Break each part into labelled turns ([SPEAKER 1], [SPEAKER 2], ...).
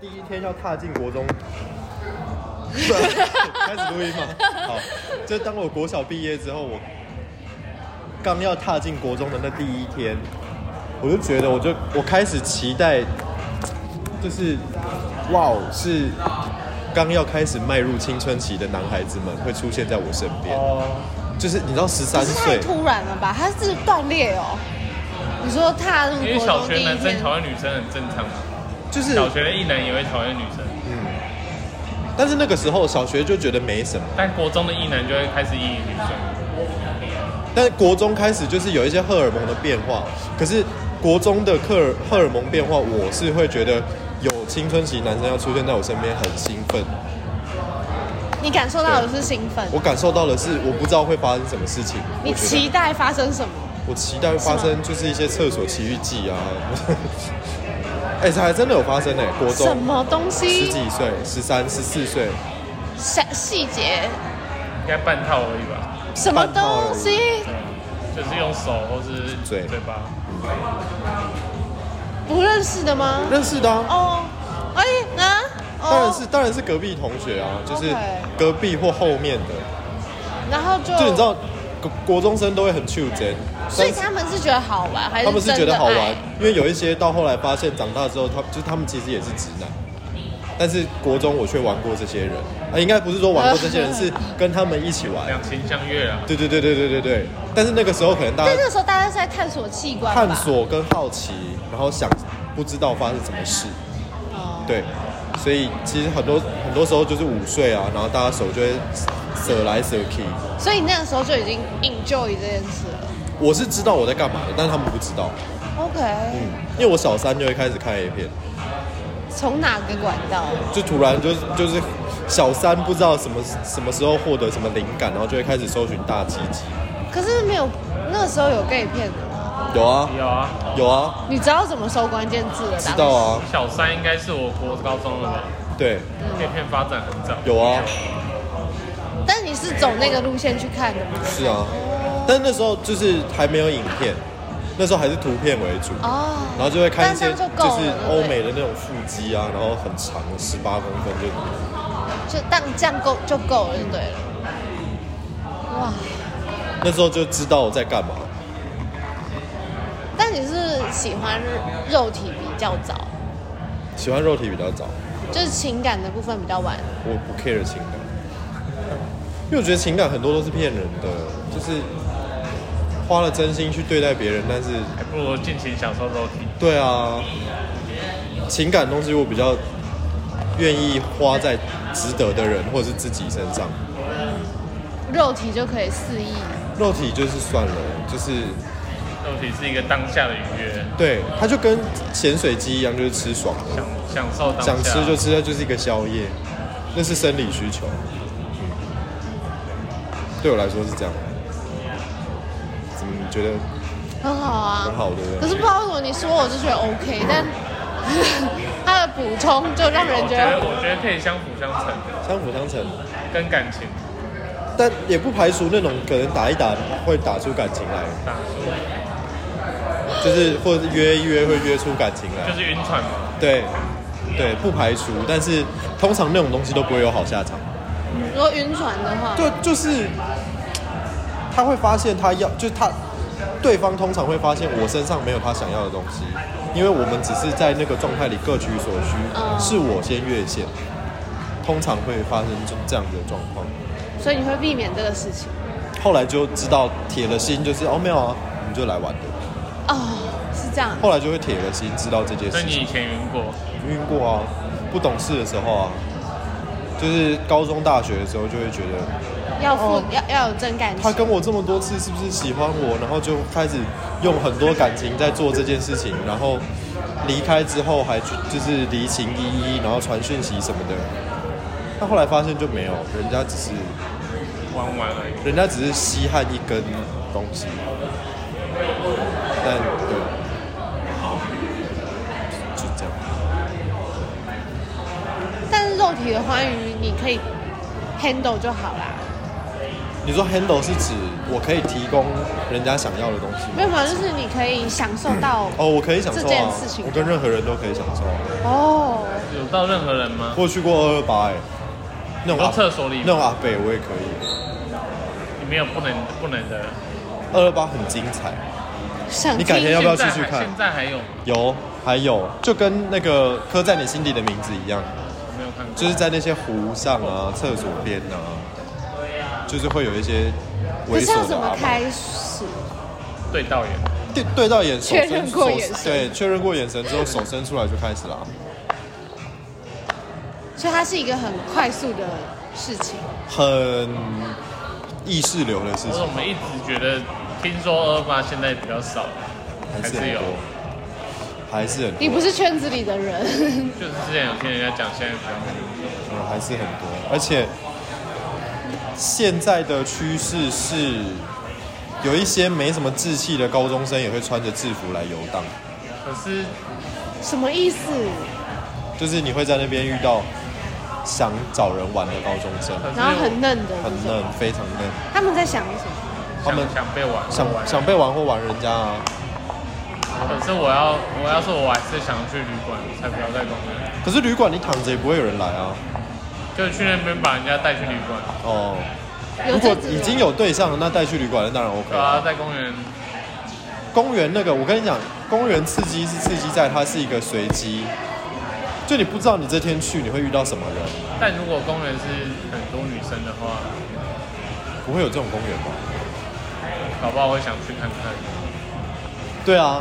[SPEAKER 1] 第一天要踏进 国中，开始录音吗？好，就当我国小毕业之后，我刚要踏进国中的那第一天，我就觉得，我就我开始期待，就是哇哦，是刚要开始迈入青春期的男孩子们会出现在我身边，
[SPEAKER 2] 哦
[SPEAKER 1] 就是你知道十三
[SPEAKER 3] 可是太
[SPEAKER 1] 岁，
[SPEAKER 3] 突然了吧？他是断裂哦。你说踏入
[SPEAKER 2] 因为
[SPEAKER 3] 国
[SPEAKER 2] 小
[SPEAKER 3] 中
[SPEAKER 2] 学
[SPEAKER 3] 第一
[SPEAKER 2] 男生
[SPEAKER 3] 天，
[SPEAKER 2] 讨厌女生很正常啊，
[SPEAKER 1] 就是
[SPEAKER 2] 小学的一男也会讨厌女生，
[SPEAKER 1] 但是那个时候小学就觉得没什么。
[SPEAKER 2] 但国中的一男就会开始意淫女生。
[SPEAKER 1] 但国中开始就是有一些荷尔蒙的变化，可是国中的荷尔荷尔蒙变化，我是会觉得有青春期男生要出现在我身边很兴奋，
[SPEAKER 3] 你感受到的是兴奋，
[SPEAKER 1] 我感受到的是我不知道会发生什么事情。
[SPEAKER 3] 你
[SPEAKER 1] 我觉得
[SPEAKER 3] 期待发生什么？
[SPEAKER 1] 我期待会发生就是一些厕所奇遇记啊， 哎、这还真的有发生哎、国
[SPEAKER 3] 什
[SPEAKER 1] 中
[SPEAKER 3] 么东
[SPEAKER 1] 十
[SPEAKER 3] 西？
[SPEAKER 1] 几岁、十三、十四岁，
[SPEAKER 3] 小细节？
[SPEAKER 2] 应该半套而已吧，
[SPEAKER 3] 什么
[SPEAKER 1] 半套而
[SPEAKER 3] 东
[SPEAKER 1] 已
[SPEAKER 3] 西？
[SPEAKER 2] 就是用手或是
[SPEAKER 1] 嘴
[SPEAKER 2] 嘴巴。
[SPEAKER 3] 不认识的吗？
[SPEAKER 1] 认识的、啊。
[SPEAKER 3] 哦，哎、啊，哦
[SPEAKER 1] 当然是，当然是隔壁同学啊，就是
[SPEAKER 3] OK
[SPEAKER 1] 隔壁或后面的。
[SPEAKER 3] 然后就
[SPEAKER 1] 就你知，道，国国中生都会很 c h i
[SPEAKER 3] 所以他们是觉得好玩，还是
[SPEAKER 1] 他们是觉得好
[SPEAKER 3] 真的
[SPEAKER 1] 玩
[SPEAKER 3] 爱，
[SPEAKER 1] 因为有一些到后来发现长大之后，他就是他们其实也是直男，但是国中我却玩过这些人啊，应该不是说玩过这些人，是跟他们一起玩。
[SPEAKER 2] 两情相悦啊，
[SPEAKER 1] 对对对对对对对，但是那个时候可能大家
[SPEAKER 3] 但那时候大家是在探索器官吧，
[SPEAKER 1] 探索跟好奇，然后想不知道发生什么事，
[SPEAKER 3] 哦，
[SPEAKER 1] 对，所以其实很多很多时候就是午睡啊，然后大家手就会舍来舍去。
[SPEAKER 3] 所以你那个时候就已经 enjoy 这件事了。
[SPEAKER 1] 我是知道我在干嘛的，但他们不知道，
[SPEAKER 3] OK，、
[SPEAKER 1] 嗯，因为我小三就会开始看 A 片。
[SPEAKER 3] 从哪个管道？
[SPEAKER 1] 就突然就是就是小三不知道什么什么时候获得什么灵感，然后就会开始搜寻大鸡鸡。
[SPEAKER 3] 可是没有，那个时候有 gay 片的吗？
[SPEAKER 1] 有啊
[SPEAKER 2] 有啊。
[SPEAKER 1] 有啊，
[SPEAKER 3] 你知道怎么搜关键字了？
[SPEAKER 1] 知道啊，
[SPEAKER 2] 小三应该是我国高中了吧，
[SPEAKER 1] 对，
[SPEAKER 2] 片片发展很早。
[SPEAKER 1] 嗯有啊，
[SPEAKER 3] 当时。但你是走那个路线去看的吗？
[SPEAKER 1] 是啊。但那时候就是还没有影片，那时候还是图片为主，
[SPEAKER 3] 哦，
[SPEAKER 1] 然后就会看一些
[SPEAKER 3] 但这样
[SPEAKER 1] 就
[SPEAKER 3] 就够了
[SPEAKER 1] 是
[SPEAKER 3] 对不对
[SPEAKER 1] 欧美的那种腹肌啊，然后很长，十八公分就
[SPEAKER 3] 就当这样够就够了，就对了。哇，
[SPEAKER 1] 那时候就知道我在干嘛。
[SPEAKER 3] 但你是喜欢肉体比较早，
[SPEAKER 1] 喜欢肉体比较早，
[SPEAKER 3] 就是情感的部分比较晚。
[SPEAKER 1] 我不 care 情感，因为我觉得情感很多都是骗人的，就是花了真心去对待别人，但是
[SPEAKER 2] 还不如尽情享受肉体。
[SPEAKER 1] 对啊，情感东西我比较愿意花在值得的人或者是自己身上，
[SPEAKER 3] 肉体就可以肆意。
[SPEAKER 1] 肉体就是算了，就是
[SPEAKER 2] 肉体是一个当下的愉悦，
[SPEAKER 1] 对，它就跟咸水鸡一样，就是吃爽的，
[SPEAKER 2] 享享受当下。
[SPEAKER 1] 想吃就吃，它就是一个宵夜，那是生理需求。嗯对我来说是这样，怎么你觉得
[SPEAKER 3] 很好啊，
[SPEAKER 1] 很好对不对
[SPEAKER 3] 可是不知道为什么你说我就觉得 OK，但 他的补充就让人
[SPEAKER 2] 我
[SPEAKER 3] 觉
[SPEAKER 2] 觉
[SPEAKER 3] 得
[SPEAKER 2] 得我觉得可以相辅相成，
[SPEAKER 1] 相辅相成？
[SPEAKER 2] 跟感情
[SPEAKER 1] 但也不排除那种可能打一打会打出感情来，
[SPEAKER 2] 打输，
[SPEAKER 1] 就是或者是约一约会约出感情来
[SPEAKER 2] 就。是晕船嘛。
[SPEAKER 1] 对，对，不排除，但是通常那种东西都不会有好下场。
[SPEAKER 3] 如果晕船的话，
[SPEAKER 1] 对，就是他会发现他要，就是他对方通常会发现我身上没有他想要的东西，因为我们只是在那个状态里各取所需，
[SPEAKER 3] 嗯
[SPEAKER 1] 是我先越线，通常会发生这这样的状况。
[SPEAKER 3] 所以你会避免这个事情
[SPEAKER 1] 后来就知道铁了心就是哦没有啊，我们就来玩的。
[SPEAKER 3] 哦，是这样。
[SPEAKER 1] 后来就会铁了心知道这件
[SPEAKER 2] 所以
[SPEAKER 1] 事
[SPEAKER 2] 你
[SPEAKER 1] 情
[SPEAKER 2] 以。前晕过，
[SPEAKER 1] 晕过啊，不懂事的时候啊，就是高中大学的时候就会觉得
[SPEAKER 3] 要付、
[SPEAKER 1] 哦
[SPEAKER 3] 要要有真感
[SPEAKER 1] 他
[SPEAKER 3] 情，
[SPEAKER 1] 跟我这么多次是不是喜欢我，然后就开始用很多感情在做这件事情，然后离开之后还去就是离情依依，然后传讯息什么的。但后来发现就没有，人家只是
[SPEAKER 2] 玩玩而已。
[SPEAKER 1] 人家只是稀罕一根东西，但对，就这样。
[SPEAKER 3] 但是肉体的欢愉你可以 handle 就好啦。
[SPEAKER 1] 你说 handle 是指我可以提供人家想要的东西吗？
[SPEAKER 3] 没有没有，就是你可以享受到
[SPEAKER 1] 哦，我可以享受、啊、
[SPEAKER 3] 这件事情
[SPEAKER 1] 我跟任何人都可以享受、啊。
[SPEAKER 3] 哦，
[SPEAKER 2] 有不到任何人吗？
[SPEAKER 1] 我有去过二二八哎，那种
[SPEAKER 2] 到
[SPEAKER 1] 阿
[SPEAKER 2] 厕所里
[SPEAKER 1] 那种阿北我也可以。
[SPEAKER 2] 你没有不能不能的。
[SPEAKER 1] 二二八很精彩，
[SPEAKER 3] 想
[SPEAKER 1] 你改天哎要
[SPEAKER 3] 听
[SPEAKER 1] 不要
[SPEAKER 2] 现在
[SPEAKER 1] 继续
[SPEAKER 2] 还
[SPEAKER 1] 看
[SPEAKER 2] 现在还有吗？
[SPEAKER 1] 有还有就跟那个刻在你心底的名字一样，
[SPEAKER 2] 我没有看过。
[SPEAKER 1] 就是在那些湖上啊、厕所边啊，就是会有一些
[SPEAKER 3] 可
[SPEAKER 1] 猥
[SPEAKER 3] 是要
[SPEAKER 1] 琐
[SPEAKER 3] 怎
[SPEAKER 1] 的啊
[SPEAKER 3] 么
[SPEAKER 1] 阿
[SPEAKER 3] 开始？
[SPEAKER 2] 对导演，
[SPEAKER 1] 伯对对到眼手
[SPEAKER 3] 确
[SPEAKER 1] 伸
[SPEAKER 3] 认过眼
[SPEAKER 1] 手
[SPEAKER 3] 神
[SPEAKER 1] 对确认过眼神之后手伸出来就开始了，
[SPEAKER 3] 所以它是一个很快速的事情。
[SPEAKER 1] 很意识流的事
[SPEAKER 2] 我
[SPEAKER 1] 情
[SPEAKER 2] 怎，么一直觉得听说二八现在比较少，
[SPEAKER 1] 还
[SPEAKER 2] 还
[SPEAKER 1] 是
[SPEAKER 2] 是
[SPEAKER 1] 很
[SPEAKER 2] 有
[SPEAKER 1] 多，，还是很多，
[SPEAKER 3] 你不是圈子里的人，
[SPEAKER 2] 就是之前有听人家讲，现在比较没有。
[SPEAKER 1] 嗯，还是很多，而且现在的趋势是，有一些没什么志气的高中生也会穿着制服来游荡，
[SPEAKER 2] 可是
[SPEAKER 3] 什么意思？
[SPEAKER 1] 就是你会在那边遇到想找人玩的高中生，
[SPEAKER 2] 可是
[SPEAKER 3] 然后很嫩的，
[SPEAKER 1] 很嫩，非常嫩，
[SPEAKER 3] 他们在想什么？
[SPEAKER 1] 他们
[SPEAKER 2] 想想被玩，
[SPEAKER 1] 想想被玩或玩人家啊。
[SPEAKER 2] 可是我要我要说，我还是想去旅馆，才不要在公园，
[SPEAKER 1] 可是旅馆你躺着也不会有人来啊。
[SPEAKER 2] 就去那边把人家带去旅馆。
[SPEAKER 1] 哦，
[SPEAKER 3] 有
[SPEAKER 1] 如果
[SPEAKER 3] 这种
[SPEAKER 1] 已经有对象了，那带去旅馆那当然 OK
[SPEAKER 2] 对啊，在公园
[SPEAKER 1] 公园那个，我跟你讲，公园刺激是刺激在它是一个随机，就你不知道你这天去你会遇到什么人，
[SPEAKER 2] 但如果公园是很多女生的话，
[SPEAKER 1] 不会有这种公园吧？
[SPEAKER 2] 搞不好会想去看看，
[SPEAKER 1] 对啊，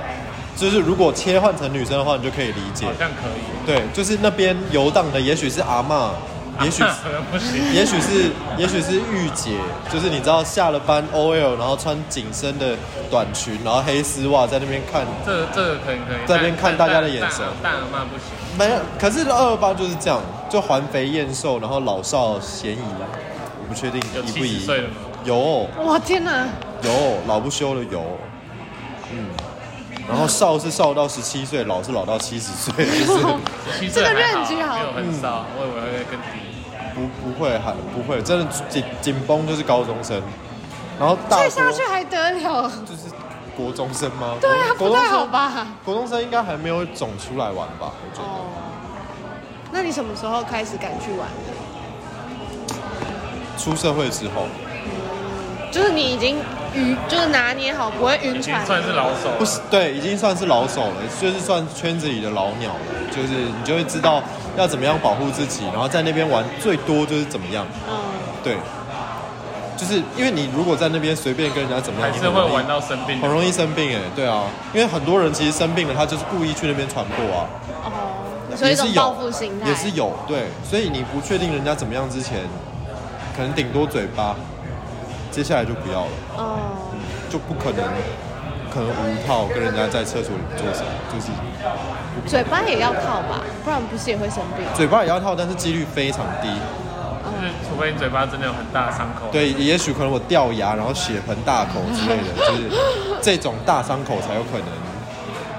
[SPEAKER 1] 就是如果切换成女生的话，你就可以理解
[SPEAKER 2] 好。像可以。
[SPEAKER 1] 对，就是那边游荡的，也许是阿嬷，也许
[SPEAKER 2] 可能 不行。
[SPEAKER 1] 也许是也许是御姐，就是你知道下了班 OL，然后穿紧身的短裙，然后黑丝袜在那边看。
[SPEAKER 2] 这个这个可以可以，
[SPEAKER 1] 在那边看大家的眼神
[SPEAKER 2] 但但阿妈不行，
[SPEAKER 1] 没有，可是二二八就是这样，就环肥燕瘦，然后老少咸宜，我不确定
[SPEAKER 2] 有
[SPEAKER 1] 宜不
[SPEAKER 2] 七十
[SPEAKER 1] 宜。
[SPEAKER 2] 岁了吗？
[SPEAKER 1] 有
[SPEAKER 3] 哇天哪！
[SPEAKER 1] 有老不休的有，嗯，然后少是少到十七岁，老是老到七十岁， 就是
[SPEAKER 2] 七
[SPEAKER 3] 这
[SPEAKER 2] 岁
[SPEAKER 3] 个
[SPEAKER 2] 还好，
[SPEAKER 3] 认知好
[SPEAKER 2] 没有很少，我以为会更低。
[SPEAKER 1] 不不会还不会，真的紧紧绷就是高中生，然后大
[SPEAKER 3] 再
[SPEAKER 1] 多
[SPEAKER 3] 下去还得了？
[SPEAKER 1] 就是国中生吗？
[SPEAKER 3] 对啊，
[SPEAKER 1] 国
[SPEAKER 3] 不
[SPEAKER 1] 中
[SPEAKER 3] 太好
[SPEAKER 1] 生
[SPEAKER 3] 吧？
[SPEAKER 1] 国中生应该还没有种出来玩吧？我觉得
[SPEAKER 3] 哦，那你什么时候开始敢去玩的？
[SPEAKER 1] 出社会之后，
[SPEAKER 3] 就是你已经晕，就是拿捏好，不会
[SPEAKER 2] 已
[SPEAKER 3] 晕
[SPEAKER 2] 经
[SPEAKER 3] 船。
[SPEAKER 2] 算是老手
[SPEAKER 3] 嗯
[SPEAKER 2] 了，
[SPEAKER 1] 不是对，已经算是老手了，就是算圈子里的老鸟了，就是你就会知道要怎么样保护自己，然后在那边玩最多就是怎么样，
[SPEAKER 3] 嗯，
[SPEAKER 1] 对，就是因为你如果在那边随便跟人家怎么样，
[SPEAKER 2] 还
[SPEAKER 1] 你
[SPEAKER 2] 是
[SPEAKER 1] 很
[SPEAKER 2] 会
[SPEAKER 1] 容易
[SPEAKER 2] 玩到生病
[SPEAKER 1] 很
[SPEAKER 2] 的。
[SPEAKER 1] 容易生病哎、对啊，因为很多人其实生病了，他就是故意去那边传播啊，
[SPEAKER 3] 哦，所以
[SPEAKER 1] 也
[SPEAKER 3] 一
[SPEAKER 1] 是
[SPEAKER 3] 种
[SPEAKER 1] 有
[SPEAKER 3] 报复心态
[SPEAKER 1] 也是有对，所以你不确定人家怎么样之前，可能顶多嘴巴，接下来就不要了，
[SPEAKER 3] 哦，
[SPEAKER 1] 就不可能，可能无套跟人家在厕所里做什么，就是
[SPEAKER 3] 嘴巴也要套吧，不然不是也会生病。
[SPEAKER 1] 嘴巴也要套，但是几率非常低，
[SPEAKER 2] 就是除非你嘴巴真的有很大的伤口，，
[SPEAKER 1] 对，也许可能我掉牙，然后血盆大口之类的，就是这种大伤口才有可能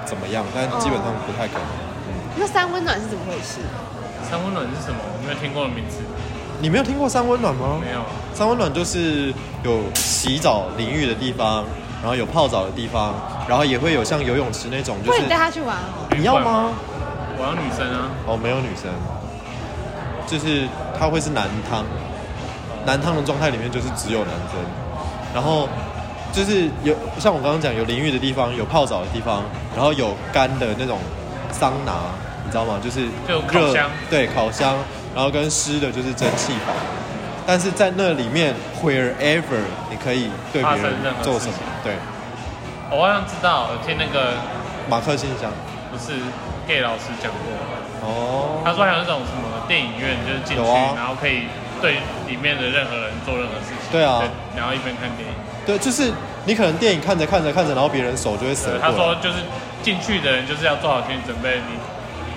[SPEAKER 1] 怎么样，但基本上不太可能。
[SPEAKER 3] 那三温暖是怎么回事？
[SPEAKER 2] 三温暖是什么？我没有听过的名字，
[SPEAKER 1] 你没有听过三温暖吗？
[SPEAKER 2] 没有。
[SPEAKER 1] 三温暖就是有洗澡淋浴的地方，然后有泡澡的地方，然后也会有像游泳池那种，就
[SPEAKER 3] 不然
[SPEAKER 1] 是
[SPEAKER 3] 你带他去玩哦。
[SPEAKER 1] 你要吗？
[SPEAKER 2] 我要女生啊，
[SPEAKER 1] 哦，没有女生，就是它会是男汤，男汤的状态里面就是只有男生，然后就是有像我刚刚讲有淋浴的地方，有泡澡的地方，然后有干的那种桑拿，你知道吗？就是
[SPEAKER 2] 就烤
[SPEAKER 1] 热
[SPEAKER 2] 箱
[SPEAKER 1] 对烤箱，然后跟湿的就是蒸汽房。但是在那里面，wherever 你可以对别
[SPEAKER 2] 发生
[SPEAKER 1] 人
[SPEAKER 2] 任何
[SPEAKER 1] 做什
[SPEAKER 2] 事
[SPEAKER 1] 么
[SPEAKER 2] 情？
[SPEAKER 1] 对，
[SPEAKER 2] 我好像知道，有听那个
[SPEAKER 1] 马克信箱。
[SPEAKER 2] 不是 gay 老师讲过，
[SPEAKER 1] 哦，
[SPEAKER 2] 他说还有那种什么电影院，就是进去、
[SPEAKER 1] 有啊
[SPEAKER 2] 然后可以对里面的任何人做任何事情，
[SPEAKER 1] 对啊，
[SPEAKER 2] 然后一边看电影。
[SPEAKER 1] 对，就是你可能电影看着看着看着，然后别人手就会折
[SPEAKER 2] 对，
[SPEAKER 1] 过
[SPEAKER 2] 他
[SPEAKER 1] 来。
[SPEAKER 2] 说就是进去的人就是要做好心理准备，你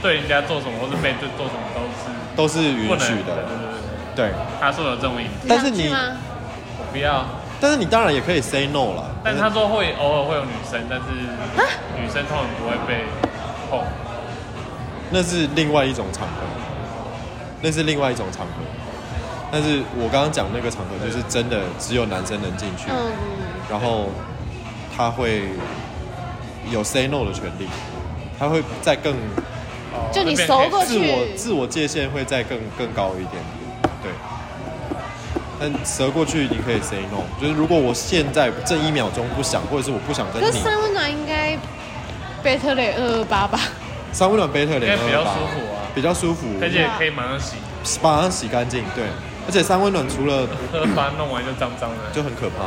[SPEAKER 2] 对人家做什么或是被对做什么都是
[SPEAKER 1] 都是
[SPEAKER 2] 不
[SPEAKER 1] 允
[SPEAKER 2] 能
[SPEAKER 1] 许的，
[SPEAKER 2] 对对对
[SPEAKER 1] 对。
[SPEAKER 2] 对，他说有这种影片，
[SPEAKER 1] 但是
[SPEAKER 3] 想去
[SPEAKER 1] 你，
[SPEAKER 3] 吗？
[SPEAKER 2] 我不要。
[SPEAKER 1] 但是你当然也可以 say no 啦。
[SPEAKER 2] 但他说会偶尔会有女生，但是
[SPEAKER 3] 啊
[SPEAKER 2] 女生通常不会被碰。
[SPEAKER 1] 那是另外一种场合，那是另外一种场合。但是我刚刚讲那个场合，就是真的只有男生能进去，
[SPEAKER 3] 嗯，
[SPEAKER 1] 然后他会有 say no 的权利，他会再更
[SPEAKER 3] 就你熟过
[SPEAKER 1] 自
[SPEAKER 3] 去
[SPEAKER 1] 我，自我界限会再更更高一点点，对。但折过去你可以 say no，就是如果我现在这一秒钟不想，或者是我不想跟
[SPEAKER 3] 可是
[SPEAKER 1] 你
[SPEAKER 3] 三温暖应该 better than 二二八吧？
[SPEAKER 1] 三温暖 better
[SPEAKER 2] 应该
[SPEAKER 1] 点
[SPEAKER 2] 比较舒服啊
[SPEAKER 1] 比较舒服，
[SPEAKER 2] 而且也可以马上洗，
[SPEAKER 1] 把它洗干净，对。而且三温暖除了
[SPEAKER 2] 喝把它弄完就脏脏的。
[SPEAKER 1] 就很可怕，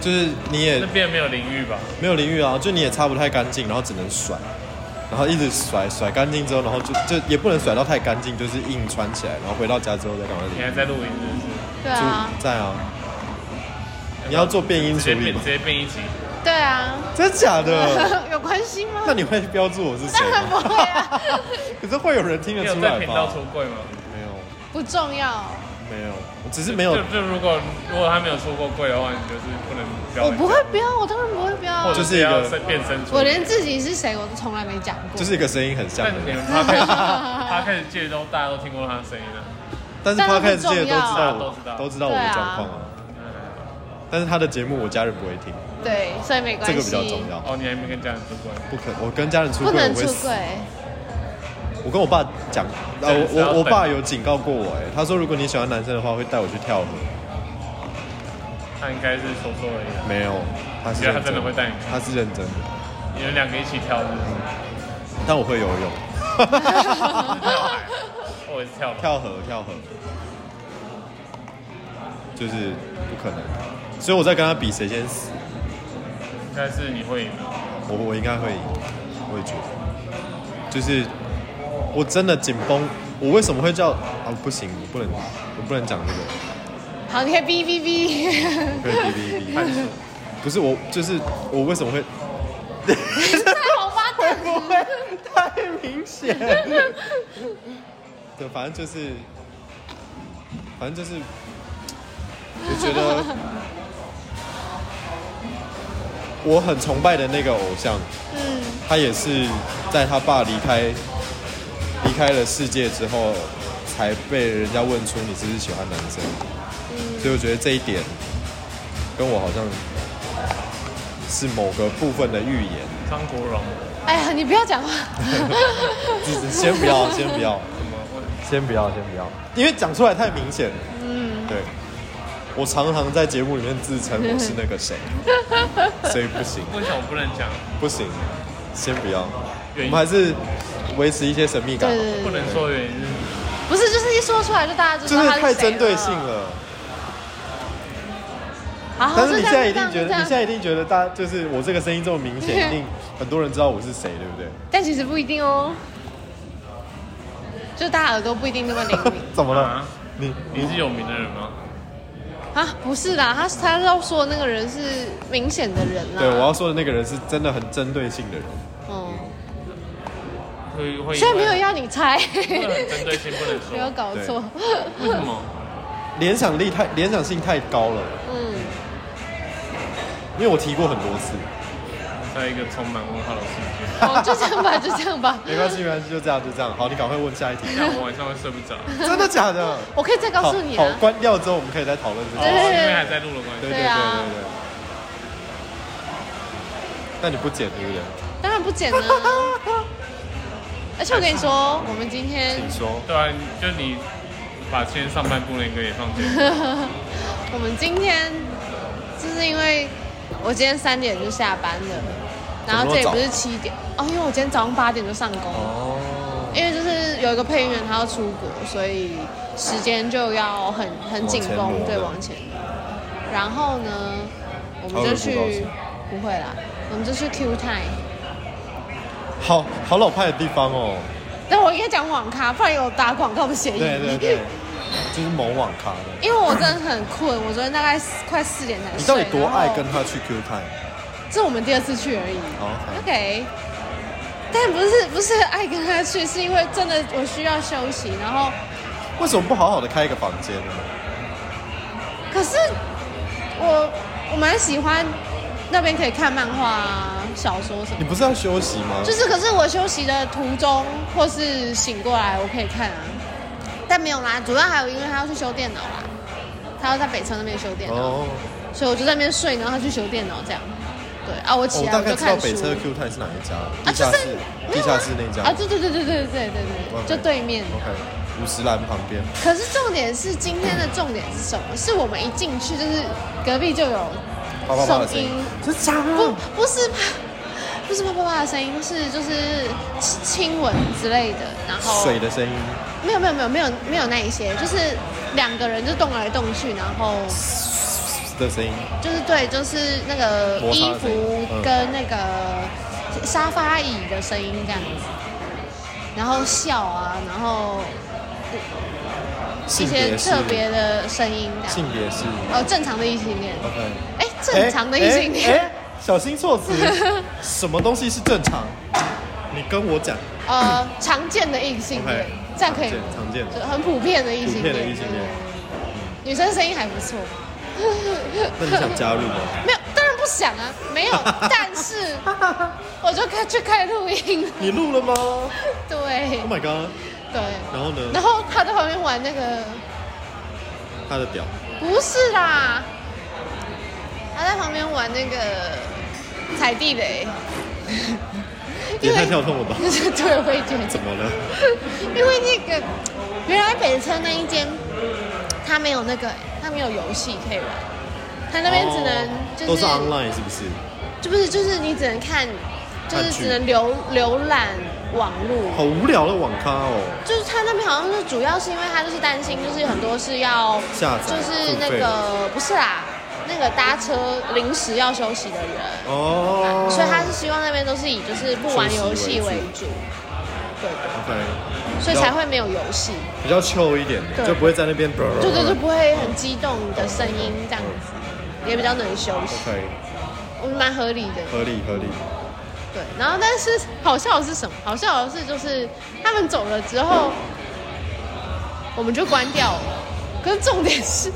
[SPEAKER 1] 就是你也
[SPEAKER 2] 那边没有淋浴吧？
[SPEAKER 1] 没有淋浴啊，就你也擦不太干净，然后只能甩，然后一直甩甩干净之后，然后就就也不能甩到太干净，就是硬穿起来，然后回到家之后再赶快
[SPEAKER 2] 你
[SPEAKER 1] 淋。
[SPEAKER 2] 还在录音是
[SPEAKER 3] 对啊，
[SPEAKER 1] 就在啊，你要做变音
[SPEAKER 2] 不是？直
[SPEAKER 1] 处
[SPEAKER 2] 接
[SPEAKER 1] 理
[SPEAKER 2] 变
[SPEAKER 1] 吗
[SPEAKER 2] 直？接变一起，
[SPEAKER 3] 对啊，
[SPEAKER 1] 真假 的？
[SPEAKER 3] 有关系吗？
[SPEAKER 1] 那你会标注我是谁
[SPEAKER 3] 当然不会啊
[SPEAKER 1] 吗？ 可是会有人听
[SPEAKER 2] 你
[SPEAKER 1] 得
[SPEAKER 2] 有
[SPEAKER 1] 出
[SPEAKER 2] 在
[SPEAKER 1] 来
[SPEAKER 2] 频道
[SPEAKER 1] 吧？
[SPEAKER 2] 出柜吗？
[SPEAKER 1] 没有，
[SPEAKER 3] 不重要，
[SPEAKER 1] 没有，我只是没有
[SPEAKER 2] 就，就如果如果他没有出过柜的话，你就是不能标。
[SPEAKER 3] 我不会，标，我当然不会标啊
[SPEAKER 2] 或。者
[SPEAKER 1] 就是
[SPEAKER 2] 是
[SPEAKER 1] 一个
[SPEAKER 2] 要变身出。
[SPEAKER 3] 我连自己是谁我都从来没讲过。啊
[SPEAKER 1] 就是一个声音很像
[SPEAKER 2] 但
[SPEAKER 1] 的
[SPEAKER 2] 你
[SPEAKER 1] 人，
[SPEAKER 2] 们他开始他开始界都大家都听过他的声音了。
[SPEAKER 1] 但是
[SPEAKER 3] 但
[SPEAKER 1] p
[SPEAKER 3] 是
[SPEAKER 1] o
[SPEAKER 3] 很
[SPEAKER 1] d 界都知
[SPEAKER 3] 重要
[SPEAKER 1] 道
[SPEAKER 2] 都
[SPEAKER 1] 我
[SPEAKER 2] 知道
[SPEAKER 1] 都知道我的
[SPEAKER 3] 对啊
[SPEAKER 1] 状况啊。但是他的节目我家人不会听，
[SPEAKER 3] 对，所以没关
[SPEAKER 1] 这
[SPEAKER 3] 系。
[SPEAKER 1] 个比较重要。
[SPEAKER 2] 哦，你还没跟家人出柜？
[SPEAKER 1] 不可，我跟家人出
[SPEAKER 3] 不
[SPEAKER 1] 柜，
[SPEAKER 3] 能
[SPEAKER 1] 我
[SPEAKER 3] 出
[SPEAKER 1] 会死。
[SPEAKER 3] 柜，
[SPEAKER 1] 我跟我爸讲，呃，
[SPEAKER 2] 这个
[SPEAKER 1] 我
[SPEAKER 2] 是要
[SPEAKER 1] 我我
[SPEAKER 2] 等
[SPEAKER 1] 爸
[SPEAKER 2] 的
[SPEAKER 1] 有警告过我，哎，他说如果你喜欢男生的话，会带我去跳河。
[SPEAKER 2] 他应该是说说而已啊。
[SPEAKER 1] 没有，他是
[SPEAKER 2] 觉得他
[SPEAKER 1] 认
[SPEAKER 2] 真的会带你
[SPEAKER 1] 他是认真的，
[SPEAKER 2] 你们两个一起跳是不是？
[SPEAKER 1] 但我会游 泳。
[SPEAKER 2] 我也是跳吧。
[SPEAKER 1] 跳河，跳河，就是不可能。所以我在跟他比谁先死，
[SPEAKER 2] 应该是你会赢的。
[SPEAKER 1] 我我应该会赢，我也觉得。就是我真的紧绷，我为什么会叫啊？不行，我不能，我不能讲这个，
[SPEAKER 3] 好，你可以哔哔 哔。
[SPEAKER 1] 我可以哔哔哔。不是我，就是我为什么会
[SPEAKER 3] 太好吧，
[SPEAKER 1] 会不会 太明显？对，反正就是，反正就是，我觉得我很崇拜的那个偶像，
[SPEAKER 3] 嗯，
[SPEAKER 1] 他也是在他爸离开离开了世界之后，才被人家问出你是不是喜欢男生。所以我觉得这一点跟我好像是某个部分的预言。
[SPEAKER 2] 张国荣，
[SPEAKER 3] 哎呀，你不 要讲话。
[SPEAKER 1] 就是先不 要，先不要，
[SPEAKER 2] 什么？我
[SPEAKER 1] 先不要，先不要，因为讲出来太明显。嗯，对。我常常在节目里面自称我是那个 谁，所以不行，
[SPEAKER 2] 为什么不能讲？
[SPEAKER 1] 不行，先不要。我
[SPEAKER 2] 原因
[SPEAKER 1] 们还是维持一些神秘感
[SPEAKER 3] 对
[SPEAKER 1] 好了，
[SPEAKER 3] 对
[SPEAKER 2] 不
[SPEAKER 3] 对，
[SPEAKER 2] 能说原因是
[SPEAKER 3] 不是，就是一说出来就大家就知
[SPEAKER 1] 就
[SPEAKER 3] 道
[SPEAKER 1] 是
[SPEAKER 3] 他
[SPEAKER 1] 太
[SPEAKER 3] 谁
[SPEAKER 1] 针对性。了。
[SPEAKER 3] 好，好
[SPEAKER 1] 但是你
[SPEAKER 3] 就
[SPEAKER 1] 现
[SPEAKER 3] 啊哦
[SPEAKER 1] 在
[SPEAKER 3] 这
[SPEAKER 1] 一
[SPEAKER 3] 样
[SPEAKER 1] 定觉得，
[SPEAKER 3] 就这样
[SPEAKER 1] 你现在一定觉得大家就是我这个声音这么明 显，一定很多人知道我是谁，对不对？
[SPEAKER 3] 但其实不一定哦。就大家耳朵不一定那么灵 敏
[SPEAKER 1] 怎么了
[SPEAKER 2] 啊？
[SPEAKER 1] 你
[SPEAKER 2] 你是有名的人吗？
[SPEAKER 3] 啊，不是啦，他他要说的那个人是明显的人啦。
[SPEAKER 1] 对我要说的那个人是真的很针对性的人。
[SPEAKER 3] 嗯，
[SPEAKER 2] 会会
[SPEAKER 3] 虽然没有
[SPEAKER 2] 因
[SPEAKER 3] 要 你猜，
[SPEAKER 2] 为不能 针对性，不能
[SPEAKER 3] 没有
[SPEAKER 2] 说。
[SPEAKER 3] 搞错。
[SPEAKER 2] 为什么？
[SPEAKER 1] 联想力太联想性太高了，
[SPEAKER 3] 嗯，
[SPEAKER 1] 因为我提过很多次。
[SPEAKER 2] 在一个充满问号的世界，
[SPEAKER 3] 哦，就这样吧，就这样吧。
[SPEAKER 1] 没关系，没关系，就这样，就这样。好，你赶快问下一题。
[SPEAKER 2] 这样我晚上会睡不着。
[SPEAKER 1] 真的假的？
[SPEAKER 3] 我可以再告诉你
[SPEAKER 1] 好，
[SPEAKER 3] 啊
[SPEAKER 1] 好，。关掉之后我们可以再讨论这
[SPEAKER 2] 哦，
[SPEAKER 1] 个。
[SPEAKER 3] 对
[SPEAKER 2] 因为还在录的关
[SPEAKER 1] 对对
[SPEAKER 2] 系。
[SPEAKER 1] 对
[SPEAKER 3] 对啊
[SPEAKER 1] 对对。那你不剪对不对？
[SPEAKER 3] 当然不剪了、 嗯而且我跟你说，我们今天
[SPEAKER 1] 请说。
[SPEAKER 2] 对啊，就你把今天上半部那个也放进去，
[SPEAKER 3] 我们今天就是因为我今天三点就下班了，然后这也不是七点哦，因为我今天早上八点就上工，
[SPEAKER 1] 哦。
[SPEAKER 3] 因为就是有一个配音员他要出国，所以时间就要很很紧
[SPEAKER 1] 往前
[SPEAKER 3] 绷
[SPEAKER 1] 挪，
[SPEAKER 3] 对，
[SPEAKER 1] 的
[SPEAKER 3] 往前。然后呢，我们
[SPEAKER 1] 他
[SPEAKER 3] 就
[SPEAKER 1] 会不会
[SPEAKER 3] 去不会啦，我们就去 Q Time。
[SPEAKER 1] 好好老派的地方哦。
[SPEAKER 3] 但我应该讲网咖，不然有打广告的嫌疑。
[SPEAKER 1] 对对对，就是某网咖的。
[SPEAKER 3] 因为我真的很困，我昨天大概四快四点才睡。
[SPEAKER 1] 你到底多爱跟
[SPEAKER 3] 然后
[SPEAKER 1] 他去 Q Time？
[SPEAKER 3] 这是我们第二次去而已。
[SPEAKER 1] 好，OK
[SPEAKER 3] 啊 OK，但不是不是爱跟他去，是因为真的我需要休息。然后，
[SPEAKER 1] 为什么不好好的开一个房间呢？
[SPEAKER 3] 可是我我蛮喜欢那边可以看漫画、啊、小说什
[SPEAKER 1] 你
[SPEAKER 3] 么。
[SPEAKER 1] 不是要休息吗？
[SPEAKER 3] 啊就是，可是我休息的途中或是醒过来，我可以看啊。但没有啦，主要还有因为他要去修电脑啦，他要在北城那边修电脑。
[SPEAKER 1] 哦，
[SPEAKER 3] 所以我就在那边睡，然后他去修电脑这样。对啊，我起
[SPEAKER 1] 我
[SPEAKER 3] 来
[SPEAKER 1] 哦大
[SPEAKER 3] 我
[SPEAKER 1] 概
[SPEAKER 3] 就
[SPEAKER 1] 知道
[SPEAKER 3] 看
[SPEAKER 1] 北
[SPEAKER 3] 书
[SPEAKER 1] 车。Q 探是哪一家，
[SPEAKER 3] 啊
[SPEAKER 1] 地下
[SPEAKER 3] 就是
[SPEAKER 1] 室
[SPEAKER 3] 没有啊
[SPEAKER 1] 地下室那家
[SPEAKER 3] 啊，。对对对对对对对对，
[SPEAKER 1] OK 哦
[SPEAKER 3] 就对面。
[SPEAKER 1] OK，五十岚旁边。
[SPEAKER 3] 可是重点是今天的重点是什么？是我们一进去就是隔壁就有
[SPEAKER 1] 啪啪啪的声音
[SPEAKER 3] 声音，
[SPEAKER 1] 这是假
[SPEAKER 3] 不
[SPEAKER 1] 的。
[SPEAKER 3] 不是啪不是啪啪啪的声音，是就是亲吻之类的，然后
[SPEAKER 1] 水的声音，
[SPEAKER 3] 没有没有没有没有没有那一些，就是两个人就动来动去，然后
[SPEAKER 1] 的声音，
[SPEAKER 3] 就是对，就是那个
[SPEAKER 1] 摩擦
[SPEAKER 3] 衣
[SPEAKER 1] 的声
[SPEAKER 3] 服
[SPEAKER 1] 音嗯
[SPEAKER 3] 跟那个沙发椅的声音这样子，然后笑啊，然后一
[SPEAKER 1] 性
[SPEAKER 3] 些
[SPEAKER 1] 别是
[SPEAKER 3] 特别的声音这样，
[SPEAKER 1] 性别是
[SPEAKER 3] 哦，正常的异性恋，
[SPEAKER 1] OK，
[SPEAKER 3] 哎，正常的异性
[SPEAKER 1] 哎
[SPEAKER 3] 恋，
[SPEAKER 1] 哎小心措 辞，什么东西是正常？你跟我讲
[SPEAKER 3] 呃，常见的异性恋
[SPEAKER 1] OK，，
[SPEAKER 3] 这样可以吗，
[SPEAKER 1] 常见常见
[SPEAKER 3] 就很普遍的异
[SPEAKER 1] 普
[SPEAKER 3] 性
[SPEAKER 1] 遍
[SPEAKER 3] 恋，
[SPEAKER 1] 的异性恋，
[SPEAKER 3] 对女生声音还不错，
[SPEAKER 1] 那你想加入 吗？
[SPEAKER 3] 没有，当然不想啊，没 有，但是我就开去开录音了，
[SPEAKER 1] 你录了吗
[SPEAKER 3] 对
[SPEAKER 1] ？Oh my god！
[SPEAKER 3] 对。
[SPEAKER 1] 然后呢？
[SPEAKER 3] 然后他在旁边玩那个，
[SPEAKER 1] 他的表，
[SPEAKER 3] 不是啦，他在旁边玩那个踩地雷，？
[SPEAKER 1] 也太跳痛了吧
[SPEAKER 3] 对，我也觉
[SPEAKER 1] 怎么了？
[SPEAKER 3] 得，因为那个原来北车那一间，他没有那个，他没有游戏可以玩，他那边只能
[SPEAKER 1] 哦
[SPEAKER 3] 就
[SPEAKER 1] 都
[SPEAKER 3] 是、
[SPEAKER 1] 是 online 是不是？
[SPEAKER 3] 就不是就是你只能看，就
[SPEAKER 1] 看
[SPEAKER 3] 是
[SPEAKER 1] 剧
[SPEAKER 3] 只能浏浏览网络，
[SPEAKER 1] 好无聊的网咖哦，
[SPEAKER 3] 就是他那边好像是主要是因为他就是担心，就是很多是要
[SPEAKER 1] 下载
[SPEAKER 3] 就是那
[SPEAKER 1] 付费
[SPEAKER 3] 个不是啦，那个搭车临时要休息的人，
[SPEAKER 1] 哦，
[SPEAKER 3] 所以他是希望那边都是以就是不玩游戏为主，对
[SPEAKER 1] OK，
[SPEAKER 3] 对，所以才会没有游戏，
[SPEAKER 1] 比较 chill 一点，
[SPEAKER 3] 对
[SPEAKER 1] 就不会在那边，
[SPEAKER 3] 对对对，不会很激动的声音这样子，也比较能休息，
[SPEAKER 1] ，OK，
[SPEAKER 3] 我觉得蛮合理的。
[SPEAKER 1] 合理合理，
[SPEAKER 3] 对，然后但是好笑的是什么？好笑的是就是他们走了之后，我们就关掉了。可是重点是，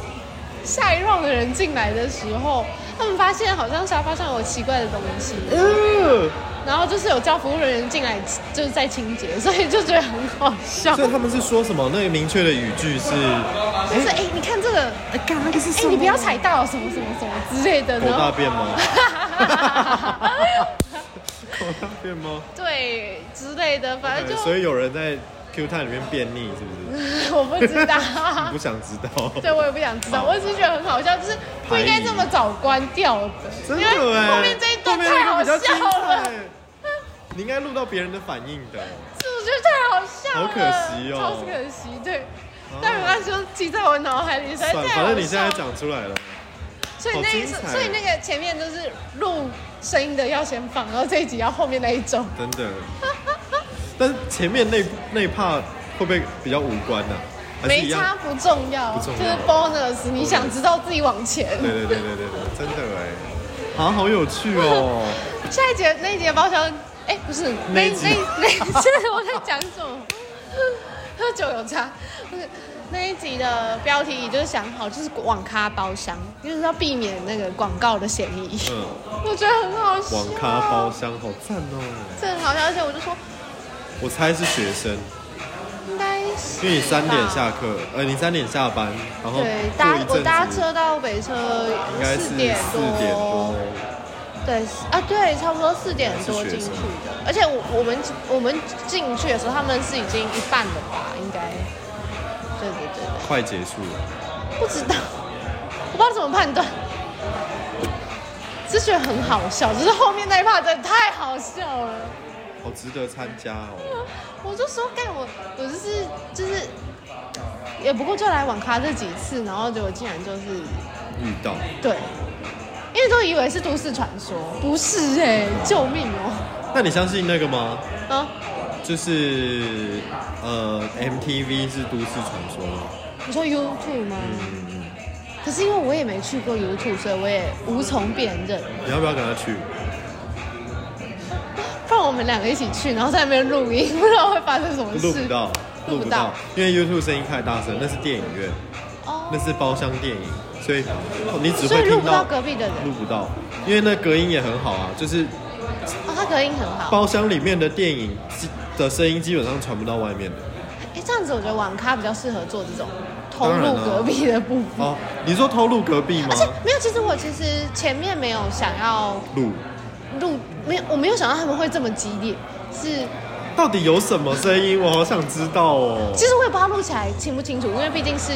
[SPEAKER 3] 下一 round 的人进来的时候，他们发现好像沙发上有奇怪的东西，呃
[SPEAKER 1] 嗯，
[SPEAKER 3] 然后就是有叫服务人员进来，就是在清洁，所以就觉得很好笑。
[SPEAKER 1] 所以
[SPEAKER 3] 就
[SPEAKER 1] 他们是说什么？那个明确的语句是，
[SPEAKER 3] 是哎、你看这个，
[SPEAKER 1] 哎，干那个是
[SPEAKER 3] 哎、你不要踩到什么什么什么之类的，
[SPEAKER 1] 狗
[SPEAKER 3] 然
[SPEAKER 1] 大
[SPEAKER 3] 后
[SPEAKER 1] 便吗？狗大便吗？
[SPEAKER 3] 对之类的，反正
[SPEAKER 1] 对
[SPEAKER 3] 就
[SPEAKER 1] 所以有人在 Q 探里面便秘是不是？
[SPEAKER 3] 我不知道。
[SPEAKER 1] 你 不哦想知道？
[SPEAKER 3] 对，我也不想知道，
[SPEAKER 1] 好
[SPEAKER 3] 我只是觉得很好笑，就是不应该这么早关掉的，
[SPEAKER 1] 真
[SPEAKER 3] 因
[SPEAKER 1] 的
[SPEAKER 3] 为
[SPEAKER 1] 哎，
[SPEAKER 3] 后面这一段
[SPEAKER 1] 后面那
[SPEAKER 3] 太
[SPEAKER 1] 个
[SPEAKER 3] 好
[SPEAKER 1] 比
[SPEAKER 3] 笑
[SPEAKER 1] 较精
[SPEAKER 3] 了，
[SPEAKER 1] 彩你应该录到别人的反应的。
[SPEAKER 3] 是不是太好笑了？
[SPEAKER 1] 好可惜哦
[SPEAKER 3] 超可惜，对。但没关系，就记在我脑海里，实在
[SPEAKER 1] 算了，
[SPEAKER 3] 太好
[SPEAKER 1] 反正你现在
[SPEAKER 3] 笑了，
[SPEAKER 1] 讲出来了，
[SPEAKER 3] 所以
[SPEAKER 1] 好
[SPEAKER 3] 那
[SPEAKER 1] 精彩啊
[SPEAKER 3] 所以那个前面就是录声音的要先放，然后这一集要后面那一种，
[SPEAKER 1] 真的。但是前面那那一 part 会不会比较无关呢、啊还是一
[SPEAKER 3] 没
[SPEAKER 1] 样
[SPEAKER 3] 差？不重要，
[SPEAKER 1] 不重要
[SPEAKER 3] 就是 bonus，你想知道自己往前。
[SPEAKER 1] 对对对对对对，真的哎，啊，好有趣 哦！
[SPEAKER 3] 下一节那一节包厢，哎、不是
[SPEAKER 1] 那
[SPEAKER 3] 那
[SPEAKER 1] 一集
[SPEAKER 3] 那那一节我在讲什么？喝酒有差，不是那一集的标题就是想好就是网咖包厢，就是要避免那个广告的嫌疑。
[SPEAKER 1] 嗯，
[SPEAKER 3] 我觉得很好笑，
[SPEAKER 1] 网咖包厢好赞哦！
[SPEAKER 3] 真的很好笑，而且我就说
[SPEAKER 1] 我猜是学生，
[SPEAKER 3] 应该是吧
[SPEAKER 1] 因为你三点下课，呃，你三点下班，然后
[SPEAKER 3] 啊
[SPEAKER 1] 过哦一
[SPEAKER 3] 对搭
[SPEAKER 1] 阵
[SPEAKER 3] 我
[SPEAKER 1] 子
[SPEAKER 3] 搭车到北车
[SPEAKER 1] 应该是四
[SPEAKER 3] 点
[SPEAKER 1] 点多，
[SPEAKER 3] 对啊，对，差不多四点多进去
[SPEAKER 1] 是学
[SPEAKER 3] 的，而且我我们我们进去的时候，他们是已经一半了吧，应该。对对对对，
[SPEAKER 1] 快结束了。
[SPEAKER 3] 不知道，我不知道怎么判断，只是觉得很好笑，只是后面那一 part 真的太好笑了。
[SPEAKER 1] 好值得参加哦！
[SPEAKER 3] 我就说干我我就是就是，也不过就来网咖这几次，然后结果竟然就是
[SPEAKER 1] 遇到
[SPEAKER 3] 对，因为都以为是都市传说，不是哎、救命哦、
[SPEAKER 1] 那你相信那个吗？
[SPEAKER 3] 啊！
[SPEAKER 1] 就是呃，MTV 是都市传说吗？
[SPEAKER 3] 你说 YouTube 吗？嗯可是因为我也没去过 YouTube，所以我也无从辨认。
[SPEAKER 1] 你要不要跟他去？
[SPEAKER 3] 不然我们两个一起去，然后在那边录音，不知道会发生什么事。
[SPEAKER 1] 录不到，
[SPEAKER 3] 录
[SPEAKER 1] 录
[SPEAKER 3] 不
[SPEAKER 1] 不
[SPEAKER 3] 到
[SPEAKER 1] 到，因为 YouTube 声音太大声，那是电影院，
[SPEAKER 3] 哦
[SPEAKER 1] 那是包厢电影，所以哦你只
[SPEAKER 3] 所
[SPEAKER 1] 会
[SPEAKER 3] 以录
[SPEAKER 1] 听
[SPEAKER 3] 不到隔壁的人。
[SPEAKER 1] 录不到，因为那隔音也很好啊，就是
[SPEAKER 3] 哦，他隔音很好。
[SPEAKER 1] 包厢里面的电影基的声音基本上传不到外面的。
[SPEAKER 3] 哎，这样子我觉得网咖比较适合做这种偷
[SPEAKER 1] 当然
[SPEAKER 3] 录
[SPEAKER 1] 啊
[SPEAKER 3] 隔壁的部分。
[SPEAKER 1] 哦，你说偷录隔壁吗
[SPEAKER 3] 而？且没有，其实我其实前面没有想要
[SPEAKER 1] 录，
[SPEAKER 3] 录没有，我没有想到他们会这么激烈，是
[SPEAKER 1] 到底有什么声音？我好想知道哦。
[SPEAKER 3] 其实我也不知道录起来清不清楚，因为毕竟是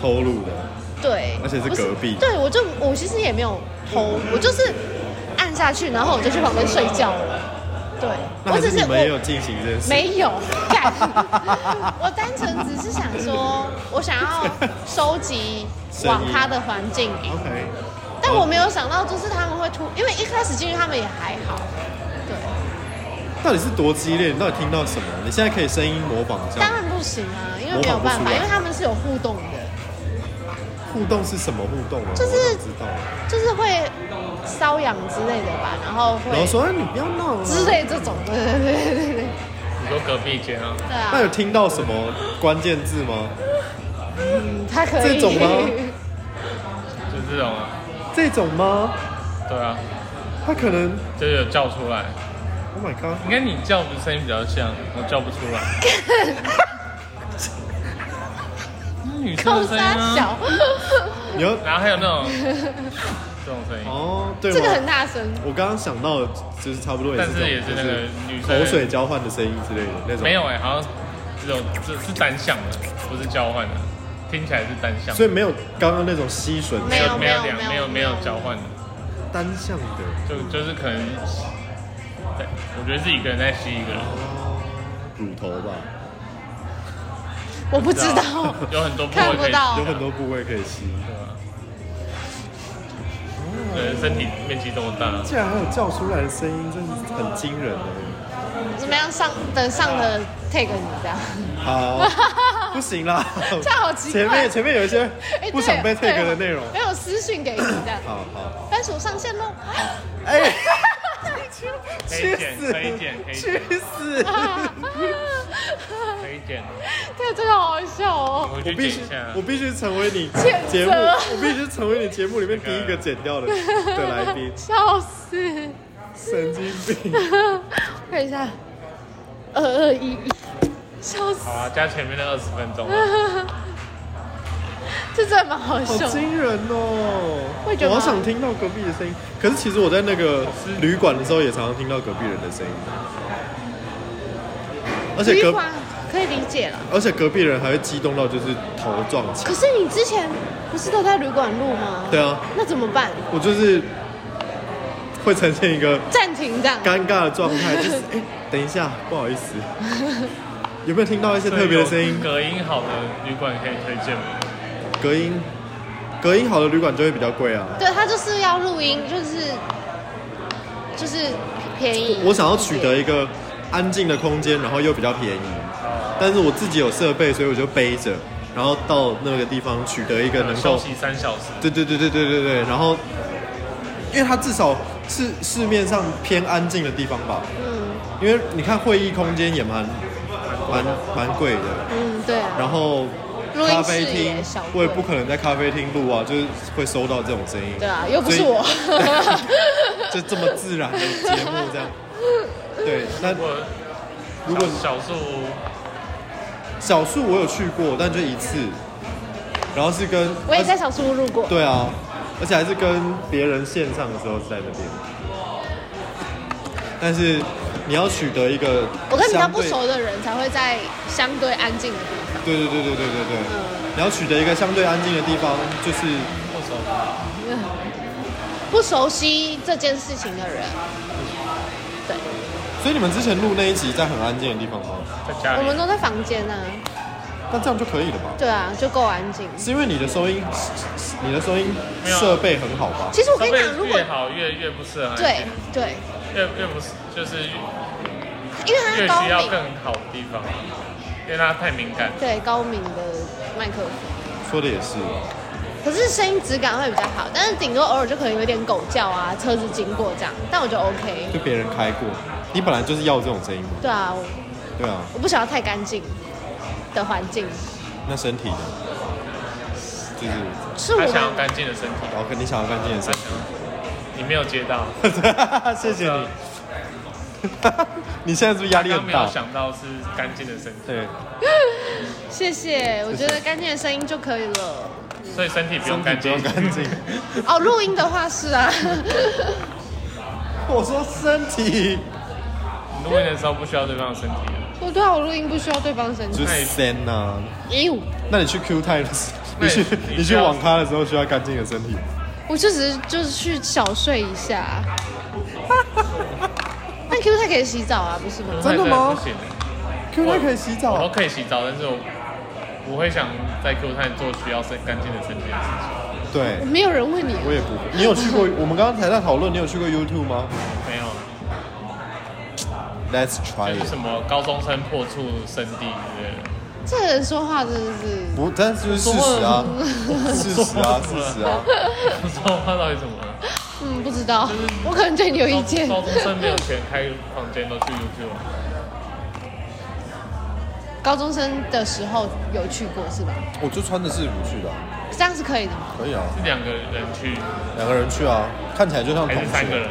[SPEAKER 1] 偷录的，
[SPEAKER 3] 对，
[SPEAKER 1] 而且是
[SPEAKER 3] 不
[SPEAKER 1] 隔壁
[SPEAKER 3] 对，我就我其实也没有偷，我就是按下去，然后我就去旁边睡觉了。对，
[SPEAKER 1] 那
[SPEAKER 3] 我
[SPEAKER 1] 还
[SPEAKER 3] 只
[SPEAKER 1] 是
[SPEAKER 3] 是
[SPEAKER 1] 你们也
[SPEAKER 3] 我
[SPEAKER 1] 有进行这件事？
[SPEAKER 3] 没有干， 我单纯只是想说，我想要收集网咖的环境音，
[SPEAKER 1] OK，
[SPEAKER 3] 但
[SPEAKER 1] 哦
[SPEAKER 3] 我没有想到就是他们会突，因为一开始进去他们也还好，对，
[SPEAKER 1] 到底是多激烈？你到底听到什么？你现在可以声音模仿一
[SPEAKER 3] 当
[SPEAKER 1] 下。
[SPEAKER 3] 然不行啊，因为没有
[SPEAKER 1] 模
[SPEAKER 3] 办
[SPEAKER 1] 仿不
[SPEAKER 3] 法，
[SPEAKER 1] 出来
[SPEAKER 3] 因为他们是有互动的，
[SPEAKER 1] 互动是什么互动啊？
[SPEAKER 3] 就是
[SPEAKER 1] 我想知道。
[SPEAKER 3] 就是会瘙痒之类的吧，然后
[SPEAKER 1] 然后
[SPEAKER 3] 会
[SPEAKER 1] 说，哎，你不要闹了。
[SPEAKER 3] 之类这种，对对对对对
[SPEAKER 2] 你说隔壁间啊，
[SPEAKER 3] 对
[SPEAKER 1] 那有
[SPEAKER 3] 啊，
[SPEAKER 1] 听到什么关键字吗？
[SPEAKER 3] 嗯他可
[SPEAKER 1] 这
[SPEAKER 3] 以
[SPEAKER 1] 种 吗
[SPEAKER 2] 就这种啊，
[SPEAKER 1] 这种吗？
[SPEAKER 2] 对啊，
[SPEAKER 1] 他可能
[SPEAKER 2] 就是有叫出来。
[SPEAKER 1] ，Oh my god，
[SPEAKER 2] 应该你叫的声音比较像，我叫不出来。 那女生
[SPEAKER 3] 扣
[SPEAKER 2] 的声音
[SPEAKER 3] 三
[SPEAKER 2] 啊，
[SPEAKER 3] 小，
[SPEAKER 1] 你要
[SPEAKER 2] 然后还有那种这种声音，
[SPEAKER 1] 哦，对
[SPEAKER 3] 这个很
[SPEAKER 1] 吗？
[SPEAKER 3] 大声，
[SPEAKER 1] 我刚刚想到的就是差不多也是
[SPEAKER 2] 但
[SPEAKER 1] 这种，
[SPEAKER 2] 是也是那个女
[SPEAKER 1] 就
[SPEAKER 2] 生
[SPEAKER 1] 是口水交换的声音之类的那种。
[SPEAKER 2] 没有，哎、好像只有这是单向的，不是交换的，听起来是单向的，
[SPEAKER 1] 所以没有刚刚那种吸吮
[SPEAKER 3] 没有
[SPEAKER 2] 没
[SPEAKER 3] 没有
[SPEAKER 2] 有两没
[SPEAKER 3] 没有
[SPEAKER 2] 有没有交换的，
[SPEAKER 1] 单向的
[SPEAKER 2] 就就是可能，对，我觉得是一个人在吸一个人，
[SPEAKER 1] 乳头吧，
[SPEAKER 3] 我不知
[SPEAKER 1] 啊
[SPEAKER 3] 道。
[SPEAKER 2] 有很多部
[SPEAKER 3] 看
[SPEAKER 2] 位
[SPEAKER 3] 不
[SPEAKER 2] 可以
[SPEAKER 3] 到
[SPEAKER 2] 吸
[SPEAKER 1] 有
[SPEAKER 2] 啊
[SPEAKER 1] 很多部位可以吸。
[SPEAKER 2] 对啊对，身体面积这么大，
[SPEAKER 1] 竟然还有叫出来的声音，真是很惊人哦的。
[SPEAKER 3] 怎么样上？等上了 take 你这样，
[SPEAKER 1] 好，不行啦，
[SPEAKER 3] 这样好奇怪
[SPEAKER 1] 前面前面有一些
[SPEAKER 3] 哎
[SPEAKER 1] 不想被
[SPEAKER 3] 对
[SPEAKER 1] take 的内容。
[SPEAKER 3] 没有私讯给你这样。
[SPEAKER 1] 好好，
[SPEAKER 3] 番薯上线喽！
[SPEAKER 1] 哎，
[SPEAKER 2] 可以
[SPEAKER 1] 去
[SPEAKER 2] 剪
[SPEAKER 1] 死
[SPEAKER 2] 可以剪可以，剪
[SPEAKER 1] 去死！
[SPEAKER 2] 可以剪，
[SPEAKER 3] 对，这个好好笑哦。
[SPEAKER 2] 我
[SPEAKER 1] 我
[SPEAKER 2] 去
[SPEAKER 1] 必
[SPEAKER 2] 剪
[SPEAKER 1] 须
[SPEAKER 2] 一下，。
[SPEAKER 1] 我必须成为你
[SPEAKER 3] 谴责
[SPEAKER 1] 节目，我必须成为你节目里面第一个剪掉的 的来宾，
[SPEAKER 3] 笑死！
[SPEAKER 1] 神经病。
[SPEAKER 3] 看一下，二二一一，笑死
[SPEAKER 2] 好！啊，加前面的二十分钟啊，
[SPEAKER 3] 这真的蛮好
[SPEAKER 1] 好
[SPEAKER 3] 笑。
[SPEAKER 1] 惊人哦！
[SPEAKER 3] 会觉得
[SPEAKER 1] 我
[SPEAKER 3] 吗
[SPEAKER 1] 好想听到隔壁的声音。可是其实我在那个旅馆的时候，也常常听到隔壁人的声音。而且
[SPEAKER 3] 旅
[SPEAKER 1] 隔
[SPEAKER 3] 馆可以理解了，
[SPEAKER 1] 而且隔壁人还会激动到就是头撞墙。
[SPEAKER 3] 可是你之前不是都在旅馆录吗？
[SPEAKER 1] 对啊，
[SPEAKER 3] 那怎么办？
[SPEAKER 1] 我就是会呈现一个
[SPEAKER 3] 暂停这样。
[SPEAKER 1] 尴尬的状 态，就是哎、等一下，不好意思，有没有听到 一些特别的声音？
[SPEAKER 2] 隔音好的旅馆可以推荐吗？
[SPEAKER 1] 隔音隔音好的旅馆就会比较贵啊。
[SPEAKER 3] 对他就是要录音，就是就是便宜。
[SPEAKER 1] 我想要取得一个安静的空间，然后又比较便宜，但是我自己有设备，所以我就背着，然后到那个地方取得一个能
[SPEAKER 2] 休
[SPEAKER 1] 够，
[SPEAKER 2] 息三小时，
[SPEAKER 1] 对对对对对对对，然后，因为它至少是市面上偏安静的地方吧，
[SPEAKER 3] 嗯
[SPEAKER 1] 因为你看会议空间也蛮蛮蛮贵的，
[SPEAKER 3] 嗯，对啊。
[SPEAKER 1] 然后
[SPEAKER 3] 录音室
[SPEAKER 1] 咖啡厅
[SPEAKER 3] 也小
[SPEAKER 1] 我
[SPEAKER 3] 贵
[SPEAKER 1] 也不可能在咖啡厅录啊，就是会收到这种声音，
[SPEAKER 3] 对啊，又不是我。
[SPEAKER 1] 就这么自然的节目这样，对，那
[SPEAKER 2] 如果
[SPEAKER 1] 如果
[SPEAKER 2] 小树
[SPEAKER 1] 小树我有去过，但就一次，然后是跟
[SPEAKER 3] 我也在小树屋录过。
[SPEAKER 1] 对啊，而且还是跟别人线上的时候是在那边，但是你要取得一个
[SPEAKER 3] 我跟比较
[SPEAKER 1] 相
[SPEAKER 3] 不
[SPEAKER 1] 对
[SPEAKER 3] 熟的人才会在相对安静的地方。
[SPEAKER 1] 对对对对对对对，
[SPEAKER 3] 嗯
[SPEAKER 1] 你要取得一个相对安静的地方，就是
[SPEAKER 2] 或者
[SPEAKER 3] 不熟悉这件事情的人，对，
[SPEAKER 1] 所以你们之前录那一集在很安静的地方吗？
[SPEAKER 2] 在家
[SPEAKER 3] 我
[SPEAKER 2] 里
[SPEAKER 3] 们都在房间啊，
[SPEAKER 1] 那这样就可以了吧？
[SPEAKER 3] 对啊，就够安静。
[SPEAKER 1] 是因为你的收音，你的收音
[SPEAKER 2] 没有啊
[SPEAKER 1] 设备很好吧？
[SPEAKER 3] 其实我跟
[SPEAKER 2] 设
[SPEAKER 3] 你
[SPEAKER 2] 备
[SPEAKER 3] 讲，如果
[SPEAKER 2] 越好越越不适合安静，
[SPEAKER 3] 对对，
[SPEAKER 2] 越越不是就是
[SPEAKER 3] 因为它
[SPEAKER 2] 越
[SPEAKER 3] 是高
[SPEAKER 2] 需要
[SPEAKER 3] 敏，
[SPEAKER 2] 更好的地方，因为它太敏感。
[SPEAKER 3] 对高敏的麦克风，
[SPEAKER 1] 说的也是，
[SPEAKER 3] 可是声音质感会比较好，但是顶多偶尔就可能有点狗叫啊，车子经过这样，但我就 OK。
[SPEAKER 1] 就别人开过，你本来就是要这种声音嘛，
[SPEAKER 3] 对啊，我
[SPEAKER 1] 对啊，
[SPEAKER 3] 我不想要太干净的环境，
[SPEAKER 1] 那身体呢？就是，
[SPEAKER 3] 是我
[SPEAKER 2] 他想要
[SPEAKER 3] 们
[SPEAKER 2] 干净的身体，
[SPEAKER 1] 然后跟你想要干净的
[SPEAKER 2] 他
[SPEAKER 1] 身
[SPEAKER 2] 想你没有接到，
[SPEAKER 1] 体。 谢谢你。你现在是不是压
[SPEAKER 2] 刚
[SPEAKER 1] 力
[SPEAKER 2] 刚
[SPEAKER 1] 很
[SPEAKER 2] 没有
[SPEAKER 1] 大？
[SPEAKER 2] 想到是干净的身体，
[SPEAKER 1] 对，
[SPEAKER 3] 谢谢，我觉得干净的声音就可以了。哦
[SPEAKER 2] 所以身体不用
[SPEAKER 1] 身体不用。
[SPEAKER 2] 干 净
[SPEAKER 1] 干净。
[SPEAKER 3] 哦，录音的话是啊，
[SPEAKER 1] 我说身体，
[SPEAKER 2] 你录音的时候不需要对方的身体 啊，
[SPEAKER 3] 我对啊，我录音不需要对方生气
[SPEAKER 1] 就。是身呐、
[SPEAKER 3] 哎呦，
[SPEAKER 1] 那你去 Q 泰的时候，
[SPEAKER 2] 那
[SPEAKER 1] 你
[SPEAKER 2] 你
[SPEAKER 1] 去
[SPEAKER 2] 你
[SPEAKER 1] 你
[SPEAKER 2] 需
[SPEAKER 1] 去
[SPEAKER 2] 要
[SPEAKER 1] 网咖的时候需要干净的身体。
[SPEAKER 3] 我就只是就是去小睡一下。 但 Q 太可以洗澡啊，不是吗？
[SPEAKER 1] 真的吗
[SPEAKER 2] 不行，
[SPEAKER 1] Q 泰可以洗
[SPEAKER 2] 我都
[SPEAKER 1] 澡，啊
[SPEAKER 2] 可以洗澡，但是我我会想在 Q 探做需要身干净的身体的事情。
[SPEAKER 1] 对，
[SPEAKER 3] 没有人问你，
[SPEAKER 1] 我也不。你有去过？我们刚刚才在讨论，你有去过 YouTube 吗
[SPEAKER 2] 没有，啊
[SPEAKER 1] ？Let's try
[SPEAKER 2] 就是
[SPEAKER 1] it。
[SPEAKER 2] 什么高中生破处生地之类的。
[SPEAKER 3] 这人说话真的是。
[SPEAKER 1] 不，但是就是事实啊，事实 啊，事实啊。
[SPEAKER 2] 不知道他到底怎么了。
[SPEAKER 3] 嗯，不知道，我可能对你有意见。
[SPEAKER 2] 高高中生没有钱开房间，都去 YouTube 啊。
[SPEAKER 3] 高中生的时候有去过是吧？
[SPEAKER 1] 我就穿着制服去的啊、
[SPEAKER 3] 这样是可以的吗？
[SPEAKER 1] 可以啊，
[SPEAKER 2] 是两个人去
[SPEAKER 1] 两个人去啊，看起来就像
[SPEAKER 2] 还
[SPEAKER 1] 同
[SPEAKER 2] 是
[SPEAKER 1] 学。
[SPEAKER 2] 三个人？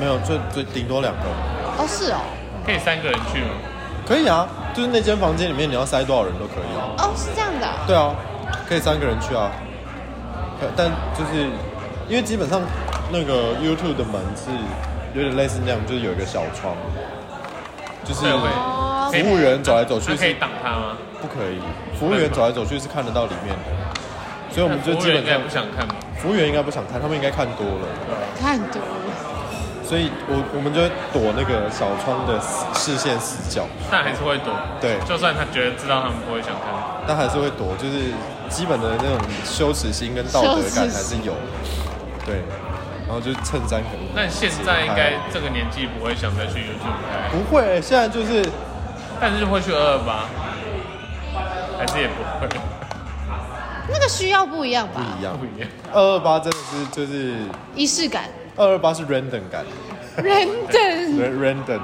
[SPEAKER 1] 没有，最最顶多两个。
[SPEAKER 3] 哦，是哦，
[SPEAKER 2] 可以三个人去吗？
[SPEAKER 1] 可以啊，就是那间房间里面你要塞多少人都可以啊。
[SPEAKER 3] 哦，是这样的啊、
[SPEAKER 1] 对啊，可以三个人去啊。可但就是因为基本上那个 YouTube 的门是有点类似那样，就是有一个小窗，就是
[SPEAKER 2] 对，我也
[SPEAKER 3] 哦
[SPEAKER 2] 可以
[SPEAKER 1] 服务员走来走去
[SPEAKER 2] 那可以
[SPEAKER 1] 是
[SPEAKER 2] 挡他吗？
[SPEAKER 1] 不可以，服务员走来走去是看得到里面的，所以我们就
[SPEAKER 2] 服务
[SPEAKER 1] 基
[SPEAKER 2] 员
[SPEAKER 1] 本
[SPEAKER 2] 应该
[SPEAKER 1] 上
[SPEAKER 2] 不想看吧？
[SPEAKER 1] 服务员应该不想看，他们应该看多了。
[SPEAKER 3] 太多了。
[SPEAKER 1] 所以我我们就会躲那个小窗的视线死角，
[SPEAKER 2] 但还是会躲。
[SPEAKER 1] 对
[SPEAKER 2] 就算他觉得知道他们不会想看，
[SPEAKER 1] 但还是会躲，就是基本的那种羞耻心跟道德感还是有。对，然后就衬衫可能
[SPEAKER 2] 但现在应该这个年纪不会想再去 YouTube 开，
[SPEAKER 1] 不会、现在就是
[SPEAKER 2] 但是会去二二八，还是也不会，
[SPEAKER 3] 那个需要不一样
[SPEAKER 1] 不
[SPEAKER 3] 吧？
[SPEAKER 1] 一样
[SPEAKER 2] 不。一样。
[SPEAKER 1] 二二八真的是就是
[SPEAKER 2] 嗯
[SPEAKER 3] 仪式感、
[SPEAKER 1] 二二八是 random 感
[SPEAKER 3] 人等，
[SPEAKER 1] ，ra-，random。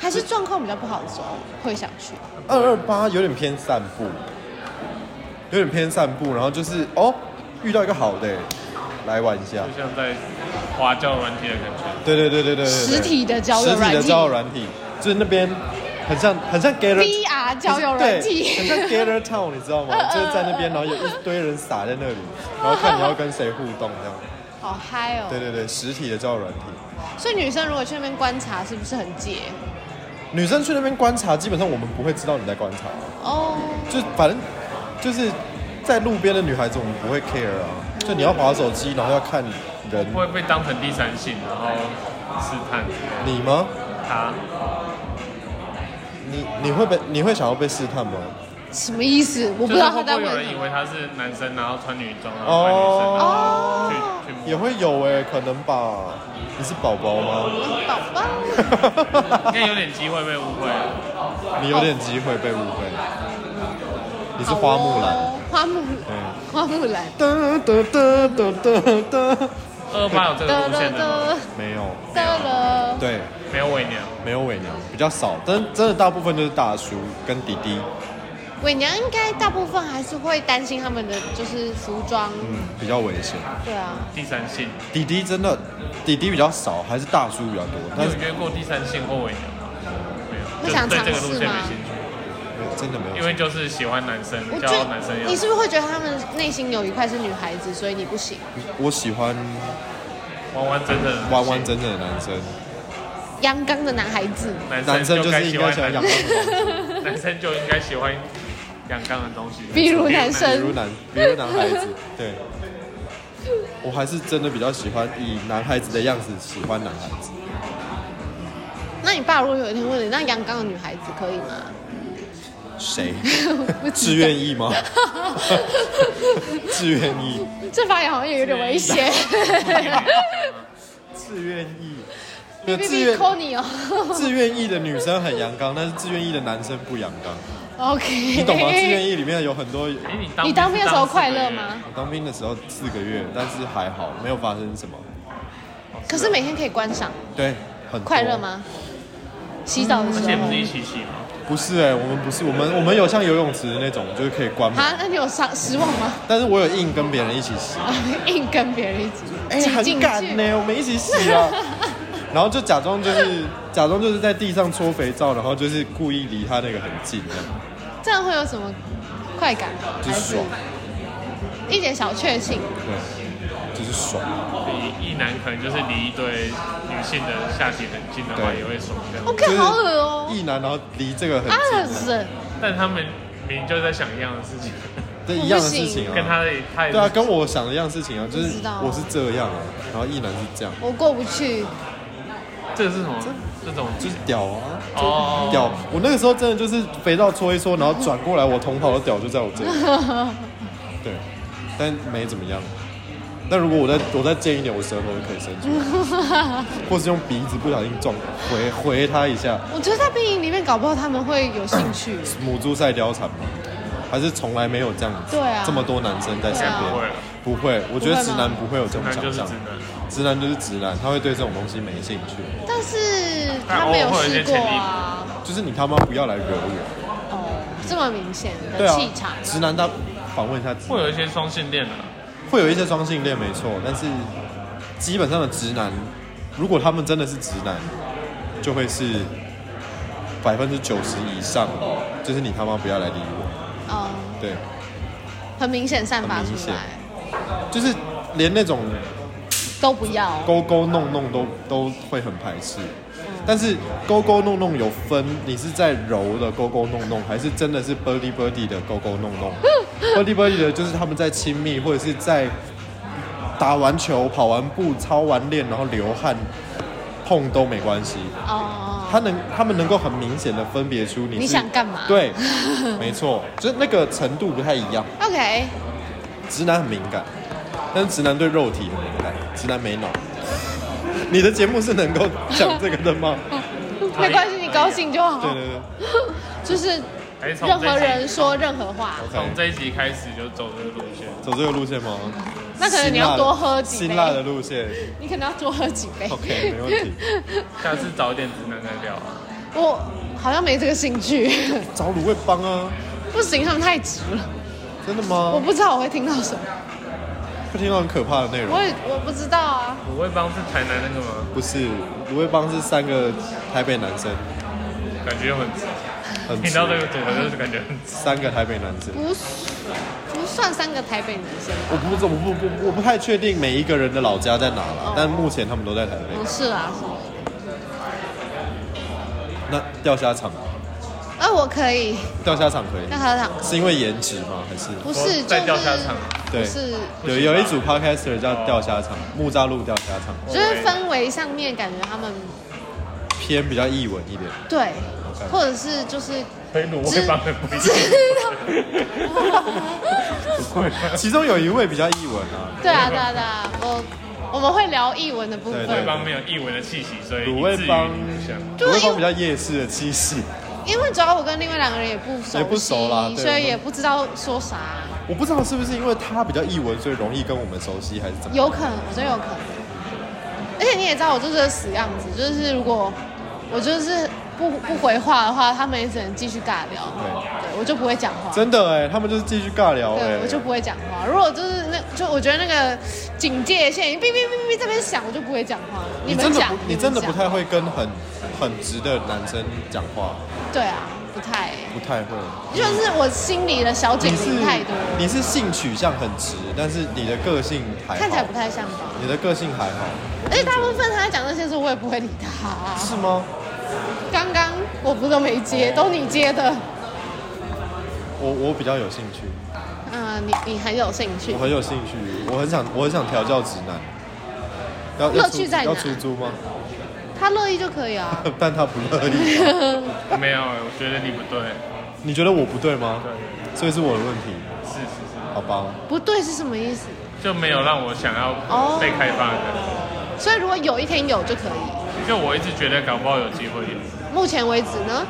[SPEAKER 3] 还是状况比较不好的时候会想去。
[SPEAKER 1] 二二八有点偏散步，有点偏散步，然后就是哦遇到一个好的、来玩一下
[SPEAKER 2] 就。像在花教软体的感觉，
[SPEAKER 1] 对对对对对对对
[SPEAKER 3] 实体的交友
[SPEAKER 1] 实体
[SPEAKER 3] 软
[SPEAKER 1] 的
[SPEAKER 3] 体
[SPEAKER 1] 交友软体，就是那边很像很像 Gather
[SPEAKER 3] VR 交友软
[SPEAKER 1] 对
[SPEAKER 3] 体嗯
[SPEAKER 1] 很像 Gather Town，你知道吗？就是在那边，然后有一堆人撒在那里，然后看你要跟谁互动这样。
[SPEAKER 3] 好嗨哦！
[SPEAKER 1] 对对对，实体的交友软体，
[SPEAKER 3] 所以女生如果去那边观察，是不是很解？
[SPEAKER 1] 女生去那边观察，基本上我们不会知道你在观察啊，
[SPEAKER 3] 哦，
[SPEAKER 1] 就反正就是在路边的女孩子，我们不会 care 啊。就你要划手机，然后要看人
[SPEAKER 2] 不，会被当成第三性，然后试探
[SPEAKER 1] 你吗？
[SPEAKER 2] 他。
[SPEAKER 1] 你你会被你会想要被试探吗？
[SPEAKER 3] 什么意思？我
[SPEAKER 2] 我
[SPEAKER 3] 不知道他在
[SPEAKER 2] 会不会有
[SPEAKER 3] 问
[SPEAKER 2] 人
[SPEAKER 3] 什
[SPEAKER 2] 以
[SPEAKER 3] 么。
[SPEAKER 2] 为他是男生，然后穿女装，然后
[SPEAKER 1] 哦
[SPEAKER 2] 扮
[SPEAKER 3] 哦
[SPEAKER 2] 女生，然后去去摸。
[SPEAKER 1] 也会有哎、可能吧。你是宝宝吗？
[SPEAKER 3] 宝 宝，
[SPEAKER 2] 应该有点机会被误会啊。
[SPEAKER 1] 你有点机会被误会。你是花木
[SPEAKER 3] 好
[SPEAKER 1] 兰。
[SPEAKER 3] 哦，花木兰，
[SPEAKER 1] 嗯
[SPEAKER 3] 花木兰。
[SPEAKER 1] 噔噔噔噔噔噔。
[SPEAKER 2] 二二八有这个路线的吗？
[SPEAKER 1] 没有，
[SPEAKER 3] 得了，
[SPEAKER 1] 对，
[SPEAKER 2] 没有伪娘，
[SPEAKER 1] 没有伪娘，比较少。但真的大部分就是大叔跟弟弟，
[SPEAKER 3] 伪娘应该大部分还是会担心他们的就是服装，
[SPEAKER 1] 嗯，比较危险。
[SPEAKER 3] 对啊，
[SPEAKER 2] 第三性。
[SPEAKER 1] 弟弟真的，弟弟比较少，还是大叔比较多。
[SPEAKER 2] 你
[SPEAKER 1] 但
[SPEAKER 2] 有
[SPEAKER 1] 是
[SPEAKER 2] 约过第三性或伪娘吗？没有，
[SPEAKER 3] 会
[SPEAKER 2] 就
[SPEAKER 3] 想
[SPEAKER 2] 是对
[SPEAKER 3] 尝
[SPEAKER 2] 这个路
[SPEAKER 3] 试
[SPEAKER 2] 线
[SPEAKER 3] 吗
[SPEAKER 2] 没兴趣，
[SPEAKER 1] 真的没有
[SPEAKER 2] 因。为就是喜欢男生，
[SPEAKER 3] 我
[SPEAKER 2] 教
[SPEAKER 3] 觉
[SPEAKER 2] 男生
[SPEAKER 3] 得
[SPEAKER 2] 要
[SPEAKER 3] 你。是不是会觉得他们内心有一块是女孩子，所以你不行？
[SPEAKER 1] 我喜欢
[SPEAKER 2] 完完整整的男性
[SPEAKER 1] 完完整整的男生，
[SPEAKER 3] 阳刚的男孩子，
[SPEAKER 1] 男
[SPEAKER 2] 男
[SPEAKER 1] 生
[SPEAKER 2] 生
[SPEAKER 1] 就
[SPEAKER 2] 该
[SPEAKER 1] 是
[SPEAKER 2] 喜
[SPEAKER 1] 应该
[SPEAKER 2] 欢
[SPEAKER 1] 喜欢
[SPEAKER 2] 男
[SPEAKER 1] 阳
[SPEAKER 2] 生
[SPEAKER 1] 刚的男生，
[SPEAKER 2] 男生就应该喜欢阳刚的东西，
[SPEAKER 3] 比如男生
[SPEAKER 1] 比如男，比如男孩子。对，我还是真的比较喜欢以男孩子的样子喜欢男孩子。
[SPEAKER 3] 那你爸如果有一天问你，那阳刚的女孩子可以吗？
[SPEAKER 1] 谁？
[SPEAKER 3] 不知
[SPEAKER 1] 志
[SPEAKER 3] 道
[SPEAKER 1] 愿意吗？志愿意，
[SPEAKER 3] 这发言好像也有点危险。
[SPEAKER 1] 志愿意。
[SPEAKER 3] B
[SPEAKER 1] 那
[SPEAKER 3] B
[SPEAKER 1] 志
[SPEAKER 3] B
[SPEAKER 1] 愿
[SPEAKER 3] 扣你哦。
[SPEAKER 1] 志愿意的女生很阳刚，但是志愿意的男生不阳 刚，
[SPEAKER 3] OK。
[SPEAKER 1] 你
[SPEAKER 3] 你
[SPEAKER 1] 懂吗？志愿意里面有很多。我
[SPEAKER 2] 哎你当
[SPEAKER 3] 你当兵的时候快乐吗？
[SPEAKER 1] 当兵的时候四个月，但是还好，没有发生什么。
[SPEAKER 3] 可是每天可以观赏，
[SPEAKER 1] 对，很多
[SPEAKER 3] 快乐？吗？洗澡的时
[SPEAKER 2] 而
[SPEAKER 3] 候
[SPEAKER 2] 且不是一起洗吗？
[SPEAKER 1] 不是哎、我们不是，我们我们有像游泳池的那种，就是可以关门。
[SPEAKER 3] 啊？那你有上失望吗？
[SPEAKER 1] 但是我有硬跟别人一起洗，
[SPEAKER 3] 啊，硬跟别人一起
[SPEAKER 1] 哎、
[SPEAKER 3] 挤
[SPEAKER 1] 很
[SPEAKER 3] 进
[SPEAKER 1] 赶呢、
[SPEAKER 3] 去。
[SPEAKER 1] 我们一起洗啊。然后就假装就是假装就是在地上搓肥皂，然后就是故意离他那个很近，这样
[SPEAKER 3] 这样会有什么快感？
[SPEAKER 1] 就
[SPEAKER 3] 还
[SPEAKER 1] 是
[SPEAKER 3] 是
[SPEAKER 1] 爽，
[SPEAKER 3] 一点小确幸？
[SPEAKER 1] 对，就是爽。
[SPEAKER 2] 一一男可能就是离一对女性的下体很近的话，
[SPEAKER 1] 对
[SPEAKER 2] 也会爽这样。
[SPEAKER 3] 我看好恶哦、
[SPEAKER 1] 一男然后离这个很
[SPEAKER 3] 啊，
[SPEAKER 1] 近，
[SPEAKER 3] 是
[SPEAKER 2] 但他们明明就在想一样的事情，
[SPEAKER 1] 这
[SPEAKER 3] 我不
[SPEAKER 1] 一样的事
[SPEAKER 3] 行
[SPEAKER 1] 情啊。
[SPEAKER 2] 嗯跟他的他也
[SPEAKER 1] 对啊，
[SPEAKER 2] 是
[SPEAKER 1] 跟我想的一样事情啊，就是
[SPEAKER 3] 知道
[SPEAKER 1] 我是这样啊，然后一男是这样，
[SPEAKER 3] 我过不去。
[SPEAKER 2] 这个是什么？这种
[SPEAKER 1] 就是屌啊，
[SPEAKER 2] 哦，
[SPEAKER 1] 屌！我那个时候真的就是肥皂搓一搓，然后转过来，我同袍的屌就在我这 里。对，但没怎么样。但如果我再我再尖一点，我舌头就可以伸出来， 或是用鼻子不小心撞回回他一下。
[SPEAKER 3] 我觉得在兵营里面，搞不好他们会有兴 趣。
[SPEAKER 1] 母猪赛貂蝉吗？还是从来没有这样子？
[SPEAKER 3] 对啊
[SPEAKER 1] 这么多男生在身边，
[SPEAKER 2] 不会了，
[SPEAKER 1] 不会。我觉得直男不会有这种
[SPEAKER 2] 那
[SPEAKER 1] 想
[SPEAKER 2] 就是
[SPEAKER 1] 象
[SPEAKER 2] 直，男。
[SPEAKER 1] 直男就是直男，他会对这种东西没兴趣。
[SPEAKER 3] 但是他没有试过啊，
[SPEAKER 1] 就是你他妈不要来惹我。
[SPEAKER 3] 哦，这么明显
[SPEAKER 1] 对
[SPEAKER 3] 的
[SPEAKER 1] 啊
[SPEAKER 3] 气场，，
[SPEAKER 1] 直男他访问一下直男
[SPEAKER 2] 会有一些双性恋啊的，
[SPEAKER 1] 会有一些双性恋没错，但是基本上的直男，如果他们真的是直男，就会是百分之九十以上，就是你他妈不要来理我。
[SPEAKER 3] 哦，
[SPEAKER 1] 对，
[SPEAKER 3] 很明显散发出
[SPEAKER 1] 很明
[SPEAKER 3] 来，
[SPEAKER 1] 显就是连那种
[SPEAKER 3] 都不要。
[SPEAKER 1] 勾勾弄弄都都会很排斥。但是勾勾弄弄有分，你是在揉的勾勾弄弄，还是真的是 birdy birdy 的勾勾弄 弄？birdy birdy 的就是他们在亲密，或者是在打完球、跑完步、操完练，然后流汗碰都没关系。他
[SPEAKER 3] 哦，
[SPEAKER 1] 能，他们能够很明显的分别出你
[SPEAKER 3] 你
[SPEAKER 1] 是
[SPEAKER 3] 想干嘛
[SPEAKER 1] 对，没错，就是那个程度不太一样。
[SPEAKER 3] ，OK，
[SPEAKER 1] 直男很敏感，但是直男对肉体很敏感，直男没脑。你的节目是能够讲这个的 吗？
[SPEAKER 3] 没关系，你高兴就好
[SPEAKER 1] 对。对对
[SPEAKER 3] 就是
[SPEAKER 2] 还哎是从
[SPEAKER 3] 任何
[SPEAKER 2] 这一集哦
[SPEAKER 3] 人说任何话，
[SPEAKER 1] ，OK
[SPEAKER 2] 从。这一集开始就走这个路线。
[SPEAKER 1] 走这个路线吗？
[SPEAKER 3] 那可能你要多喝几杯
[SPEAKER 1] 辛辣的辛辣的路线。
[SPEAKER 3] 你可能要多喝几杯。
[SPEAKER 1] OK，没问题。
[SPEAKER 2] 下次找一点直男来聊啊。
[SPEAKER 3] 我好像没这个兴趣，
[SPEAKER 1] 找卤味帮啊，
[SPEAKER 3] 不行，他们太直了，
[SPEAKER 1] 真的
[SPEAKER 3] 我
[SPEAKER 2] 哦
[SPEAKER 1] 吗？
[SPEAKER 3] 不知道我会听到什么，
[SPEAKER 1] 会听到很可怕的内
[SPEAKER 3] 我
[SPEAKER 1] 容。
[SPEAKER 3] 也我不知道啊。
[SPEAKER 2] 我会帮是台南那个吗？
[SPEAKER 1] 不是，卤味帮是三个台北男生，
[SPEAKER 2] 感觉很直，
[SPEAKER 1] 很
[SPEAKER 2] 听到这个组合就是感觉很直。
[SPEAKER 1] 三个台北男生。
[SPEAKER 3] 不不算三个台北男生，
[SPEAKER 1] 我不我不不不我不太确定每一个人的老家在哪
[SPEAKER 3] 哦
[SPEAKER 1] 了，但目前他们都在台北
[SPEAKER 3] 不。是啊啦，是啦。
[SPEAKER 1] 那钓虾场，
[SPEAKER 3] 啊，我可以，
[SPEAKER 1] 钓虾场可以
[SPEAKER 3] 那，喝糖可以
[SPEAKER 1] 是因为颜值吗？还是？
[SPEAKER 3] 不是
[SPEAKER 2] 我
[SPEAKER 3] 就
[SPEAKER 2] 再
[SPEAKER 3] 是
[SPEAKER 2] 掉下场啊
[SPEAKER 1] 对
[SPEAKER 3] 不是，
[SPEAKER 1] 有有一组 podcaster 叫钓虾场，木栅路钓虾场，
[SPEAKER 3] 就是氛围上面感觉他们
[SPEAKER 1] 偏比较译文一点。
[SPEAKER 3] 对
[SPEAKER 2] 嗯
[SPEAKER 1] OK，
[SPEAKER 3] 或者是 就是
[SPEAKER 2] 所以卤味帮很不一
[SPEAKER 3] 知道
[SPEAKER 2] 样。不会吧，
[SPEAKER 1] 其中有一位比较译文啊，
[SPEAKER 3] 对啊对啊对啊，我我们会聊译文的部
[SPEAKER 1] 对
[SPEAKER 2] 卤味
[SPEAKER 3] 分，
[SPEAKER 2] 帮没有译文的气息，所以
[SPEAKER 1] 卤
[SPEAKER 2] 以
[SPEAKER 1] 味
[SPEAKER 2] 至于
[SPEAKER 1] 帮
[SPEAKER 2] 影响。
[SPEAKER 3] 就
[SPEAKER 1] 鲁味
[SPEAKER 3] 是因
[SPEAKER 1] 帮
[SPEAKER 3] 为
[SPEAKER 1] 比较夜市的气息。
[SPEAKER 3] 因为主要我跟另外两个人也不熟悉，
[SPEAKER 1] 也不熟啦对
[SPEAKER 3] 所以也不知道说啥，
[SPEAKER 1] 我不知道是不是因为他比较译文，所以容易跟我们熟悉，还是怎么样？
[SPEAKER 3] 有可能，我觉得有可能。而且你也知道我就是个死样子，就是如果我就是不不回话的话，他们也只能继续尬聊，
[SPEAKER 1] 对，
[SPEAKER 3] 对我就不会讲话。
[SPEAKER 1] 真的哎、他们就是继续尬聊哎、
[SPEAKER 3] 对，我就不会讲话。如果就是那，就我觉得那个警戒线，哔哔哔哔这边响，我就不会讲话。
[SPEAKER 1] 你
[SPEAKER 3] 们
[SPEAKER 1] 真的
[SPEAKER 3] 讲
[SPEAKER 1] 不，，你真的
[SPEAKER 3] 们
[SPEAKER 1] 不
[SPEAKER 3] 讲
[SPEAKER 1] 太会跟很很直的男生讲话，
[SPEAKER 3] 对啊，不太，
[SPEAKER 1] 不太会。
[SPEAKER 3] 就是我心里的小警
[SPEAKER 1] 你是
[SPEAKER 3] 铃太多，
[SPEAKER 1] 你是性取向很直，但是你的个性还好
[SPEAKER 3] 看起来不太像吧。
[SPEAKER 1] 你的个性还好，
[SPEAKER 3] 而且大部分他在讲那些时候，我也不会理他、
[SPEAKER 1] 是吗？
[SPEAKER 3] 刚刚我不都没接，都你接的。
[SPEAKER 1] 我我比较有兴趣，
[SPEAKER 3] 嗯，你你很有兴趣
[SPEAKER 1] 我，很有兴趣，我很想我很想调教直男。要要
[SPEAKER 3] 乐
[SPEAKER 1] 出
[SPEAKER 3] 趣在哪
[SPEAKER 1] 要出租吗？
[SPEAKER 3] 他乐意就可以啊。
[SPEAKER 1] 但他不乐意。
[SPEAKER 2] 没有，我觉得你不对。
[SPEAKER 1] 你觉得我不对吗？
[SPEAKER 2] 对，
[SPEAKER 1] 所以是我的问题，
[SPEAKER 2] 是是是，
[SPEAKER 1] 好吧？
[SPEAKER 3] 不对是什么意思？
[SPEAKER 2] 就没有让我想要
[SPEAKER 3] 哦
[SPEAKER 2] 被开发的感觉。
[SPEAKER 3] 所以如果有一天有就可以。
[SPEAKER 2] 就我一直觉得搞不好有机会有，
[SPEAKER 3] 目前为止呢，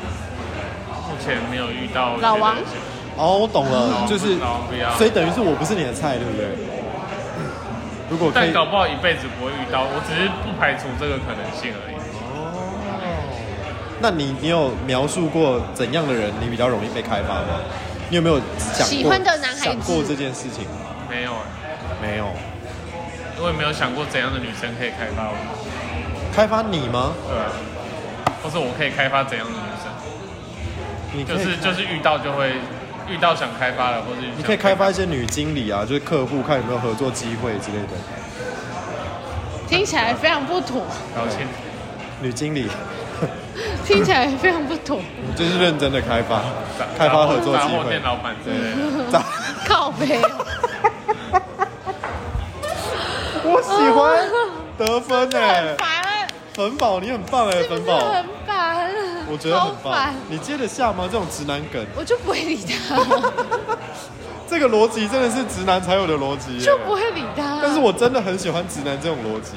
[SPEAKER 2] 目前没有遇到。
[SPEAKER 3] 老王
[SPEAKER 2] 我觉得
[SPEAKER 1] 哦，我懂了，
[SPEAKER 2] 嗯
[SPEAKER 1] 就是
[SPEAKER 2] 老王不要，
[SPEAKER 1] 所以等于是我不是你的菜，对不对？如果可以，
[SPEAKER 2] 但搞不好一辈子不会遇到，我只是不排除这个可能性而已。
[SPEAKER 1] 那你你有描述过怎样的人你比较容易被开发吗？你有没有想过
[SPEAKER 3] 喜欢的男孩子
[SPEAKER 1] 想过这件事情吗？
[SPEAKER 2] 没有欸，
[SPEAKER 1] 没有，
[SPEAKER 2] 我也没有想过怎样的女生可以开发我，
[SPEAKER 1] 开发你吗？
[SPEAKER 2] 对啊，或是我可以开发怎样的
[SPEAKER 1] 你
[SPEAKER 2] 女生，
[SPEAKER 1] 可
[SPEAKER 2] 就
[SPEAKER 1] 以
[SPEAKER 2] 是就是遇到就会遇到想开发的，或是
[SPEAKER 1] 你可以开发一些女经理啊，就是客户看有没有合作机会之类的。
[SPEAKER 3] 听起来非常不妥，
[SPEAKER 2] 搞清楚。
[SPEAKER 1] 女经理，
[SPEAKER 3] 听起来非常不妥，
[SPEAKER 1] 就是认真的开发，开发合作
[SPEAKER 2] 杂
[SPEAKER 1] 机
[SPEAKER 2] 货
[SPEAKER 1] 会
[SPEAKER 2] 店。老板之类的，
[SPEAKER 1] 杂
[SPEAKER 3] 靠背。
[SPEAKER 1] 我喜欢得分哎、
[SPEAKER 3] 很烦，
[SPEAKER 1] 粉宝你很棒哎、
[SPEAKER 3] 是不
[SPEAKER 1] 粉
[SPEAKER 3] 是
[SPEAKER 1] 宝，
[SPEAKER 3] 很烦？
[SPEAKER 1] 我觉得很
[SPEAKER 3] 好
[SPEAKER 1] 棒
[SPEAKER 3] 烦，，
[SPEAKER 1] 你接得下吗？这种直男梗，
[SPEAKER 3] 我就不会理 他，
[SPEAKER 1] 这个逻辑真的是直男才有的逻辑、
[SPEAKER 3] 就不
[SPEAKER 1] 欸。
[SPEAKER 3] 会理他。
[SPEAKER 1] 但是我真的很喜欢直男这种逻辑，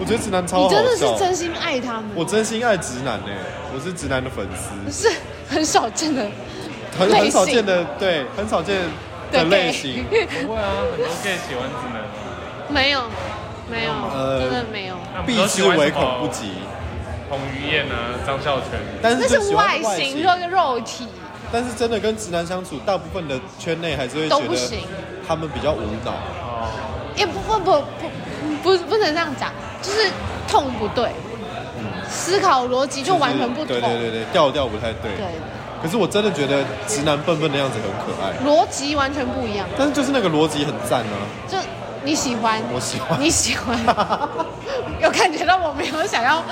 [SPEAKER 1] 我觉得直男超
[SPEAKER 3] 你
[SPEAKER 1] 好笑。
[SPEAKER 3] 真的是真心爱他们，
[SPEAKER 1] 我真心爱直男呢、我是直男的粉丝，
[SPEAKER 3] 是很少见的。
[SPEAKER 1] 很
[SPEAKER 3] 类型
[SPEAKER 1] 很少见的，对，很少见的类型。
[SPEAKER 2] 不会啊，很多 gay 喜欢直男啊，
[SPEAKER 3] 没有，没有，
[SPEAKER 1] 呃
[SPEAKER 3] 真的没有。
[SPEAKER 2] 那我们
[SPEAKER 1] 避
[SPEAKER 2] 都喜
[SPEAKER 1] 之
[SPEAKER 2] 欢
[SPEAKER 1] 唯
[SPEAKER 2] 什么
[SPEAKER 1] 恐不及，
[SPEAKER 2] 彭于晏啊，张孝全，
[SPEAKER 1] 但
[SPEAKER 3] 那
[SPEAKER 1] 是就是喜欢
[SPEAKER 3] 外形跟肉体
[SPEAKER 1] 但是真的跟直男相处，大部分的圈内还是会
[SPEAKER 3] 都
[SPEAKER 1] 觉
[SPEAKER 3] 不
[SPEAKER 1] 得
[SPEAKER 3] 行
[SPEAKER 1] 他们比较无脑。
[SPEAKER 2] 哦，
[SPEAKER 3] 也不不不不不不能这样讲，就是痛不对，思考逻辑就完全不
[SPEAKER 1] 就
[SPEAKER 3] 同
[SPEAKER 1] 是对。对对对，调调不太对。
[SPEAKER 3] 对
[SPEAKER 1] 可是我真的觉得直男笨笨的样子很可爱，
[SPEAKER 3] 逻辑完全不一样，
[SPEAKER 1] 但是就是那个逻辑很赞啊，
[SPEAKER 3] 就你喜欢，
[SPEAKER 1] 我喜欢。
[SPEAKER 3] 你 喜欢，有感觉到我没有想要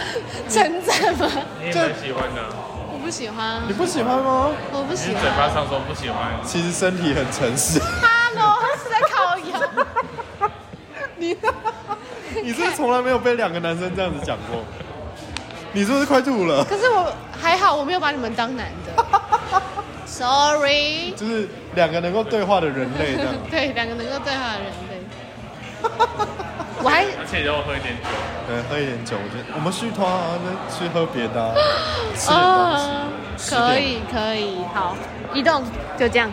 [SPEAKER 3] 称赞吗？
[SPEAKER 2] 你也蛮喜欢的啊，
[SPEAKER 3] 我不喜欢啊，
[SPEAKER 1] 你不喜欢吗？
[SPEAKER 3] 我不
[SPEAKER 2] 只是
[SPEAKER 3] 喜
[SPEAKER 2] 嘴
[SPEAKER 3] 欢。
[SPEAKER 2] 巴上说不喜欢，
[SPEAKER 1] 其实身体很诚 实，
[SPEAKER 3] Hello，他是在靠腰。
[SPEAKER 1] 你是不是从来没有被两个男生这样子讲过，你是不是快吐了？
[SPEAKER 3] 可是我还好，我没有把你们当男的。Sorry。
[SPEAKER 1] 就是两个能够对话的人类这样。
[SPEAKER 3] 对，两个能够对话的人类。我还
[SPEAKER 2] 而且又喝一点酒，
[SPEAKER 1] 对，喝一点酒，我觉得我们续团啊，那去喝别的、啊，吃点东西。
[SPEAKER 3] 呃，
[SPEAKER 1] 吃点
[SPEAKER 3] 可以可以，好，移动就这样。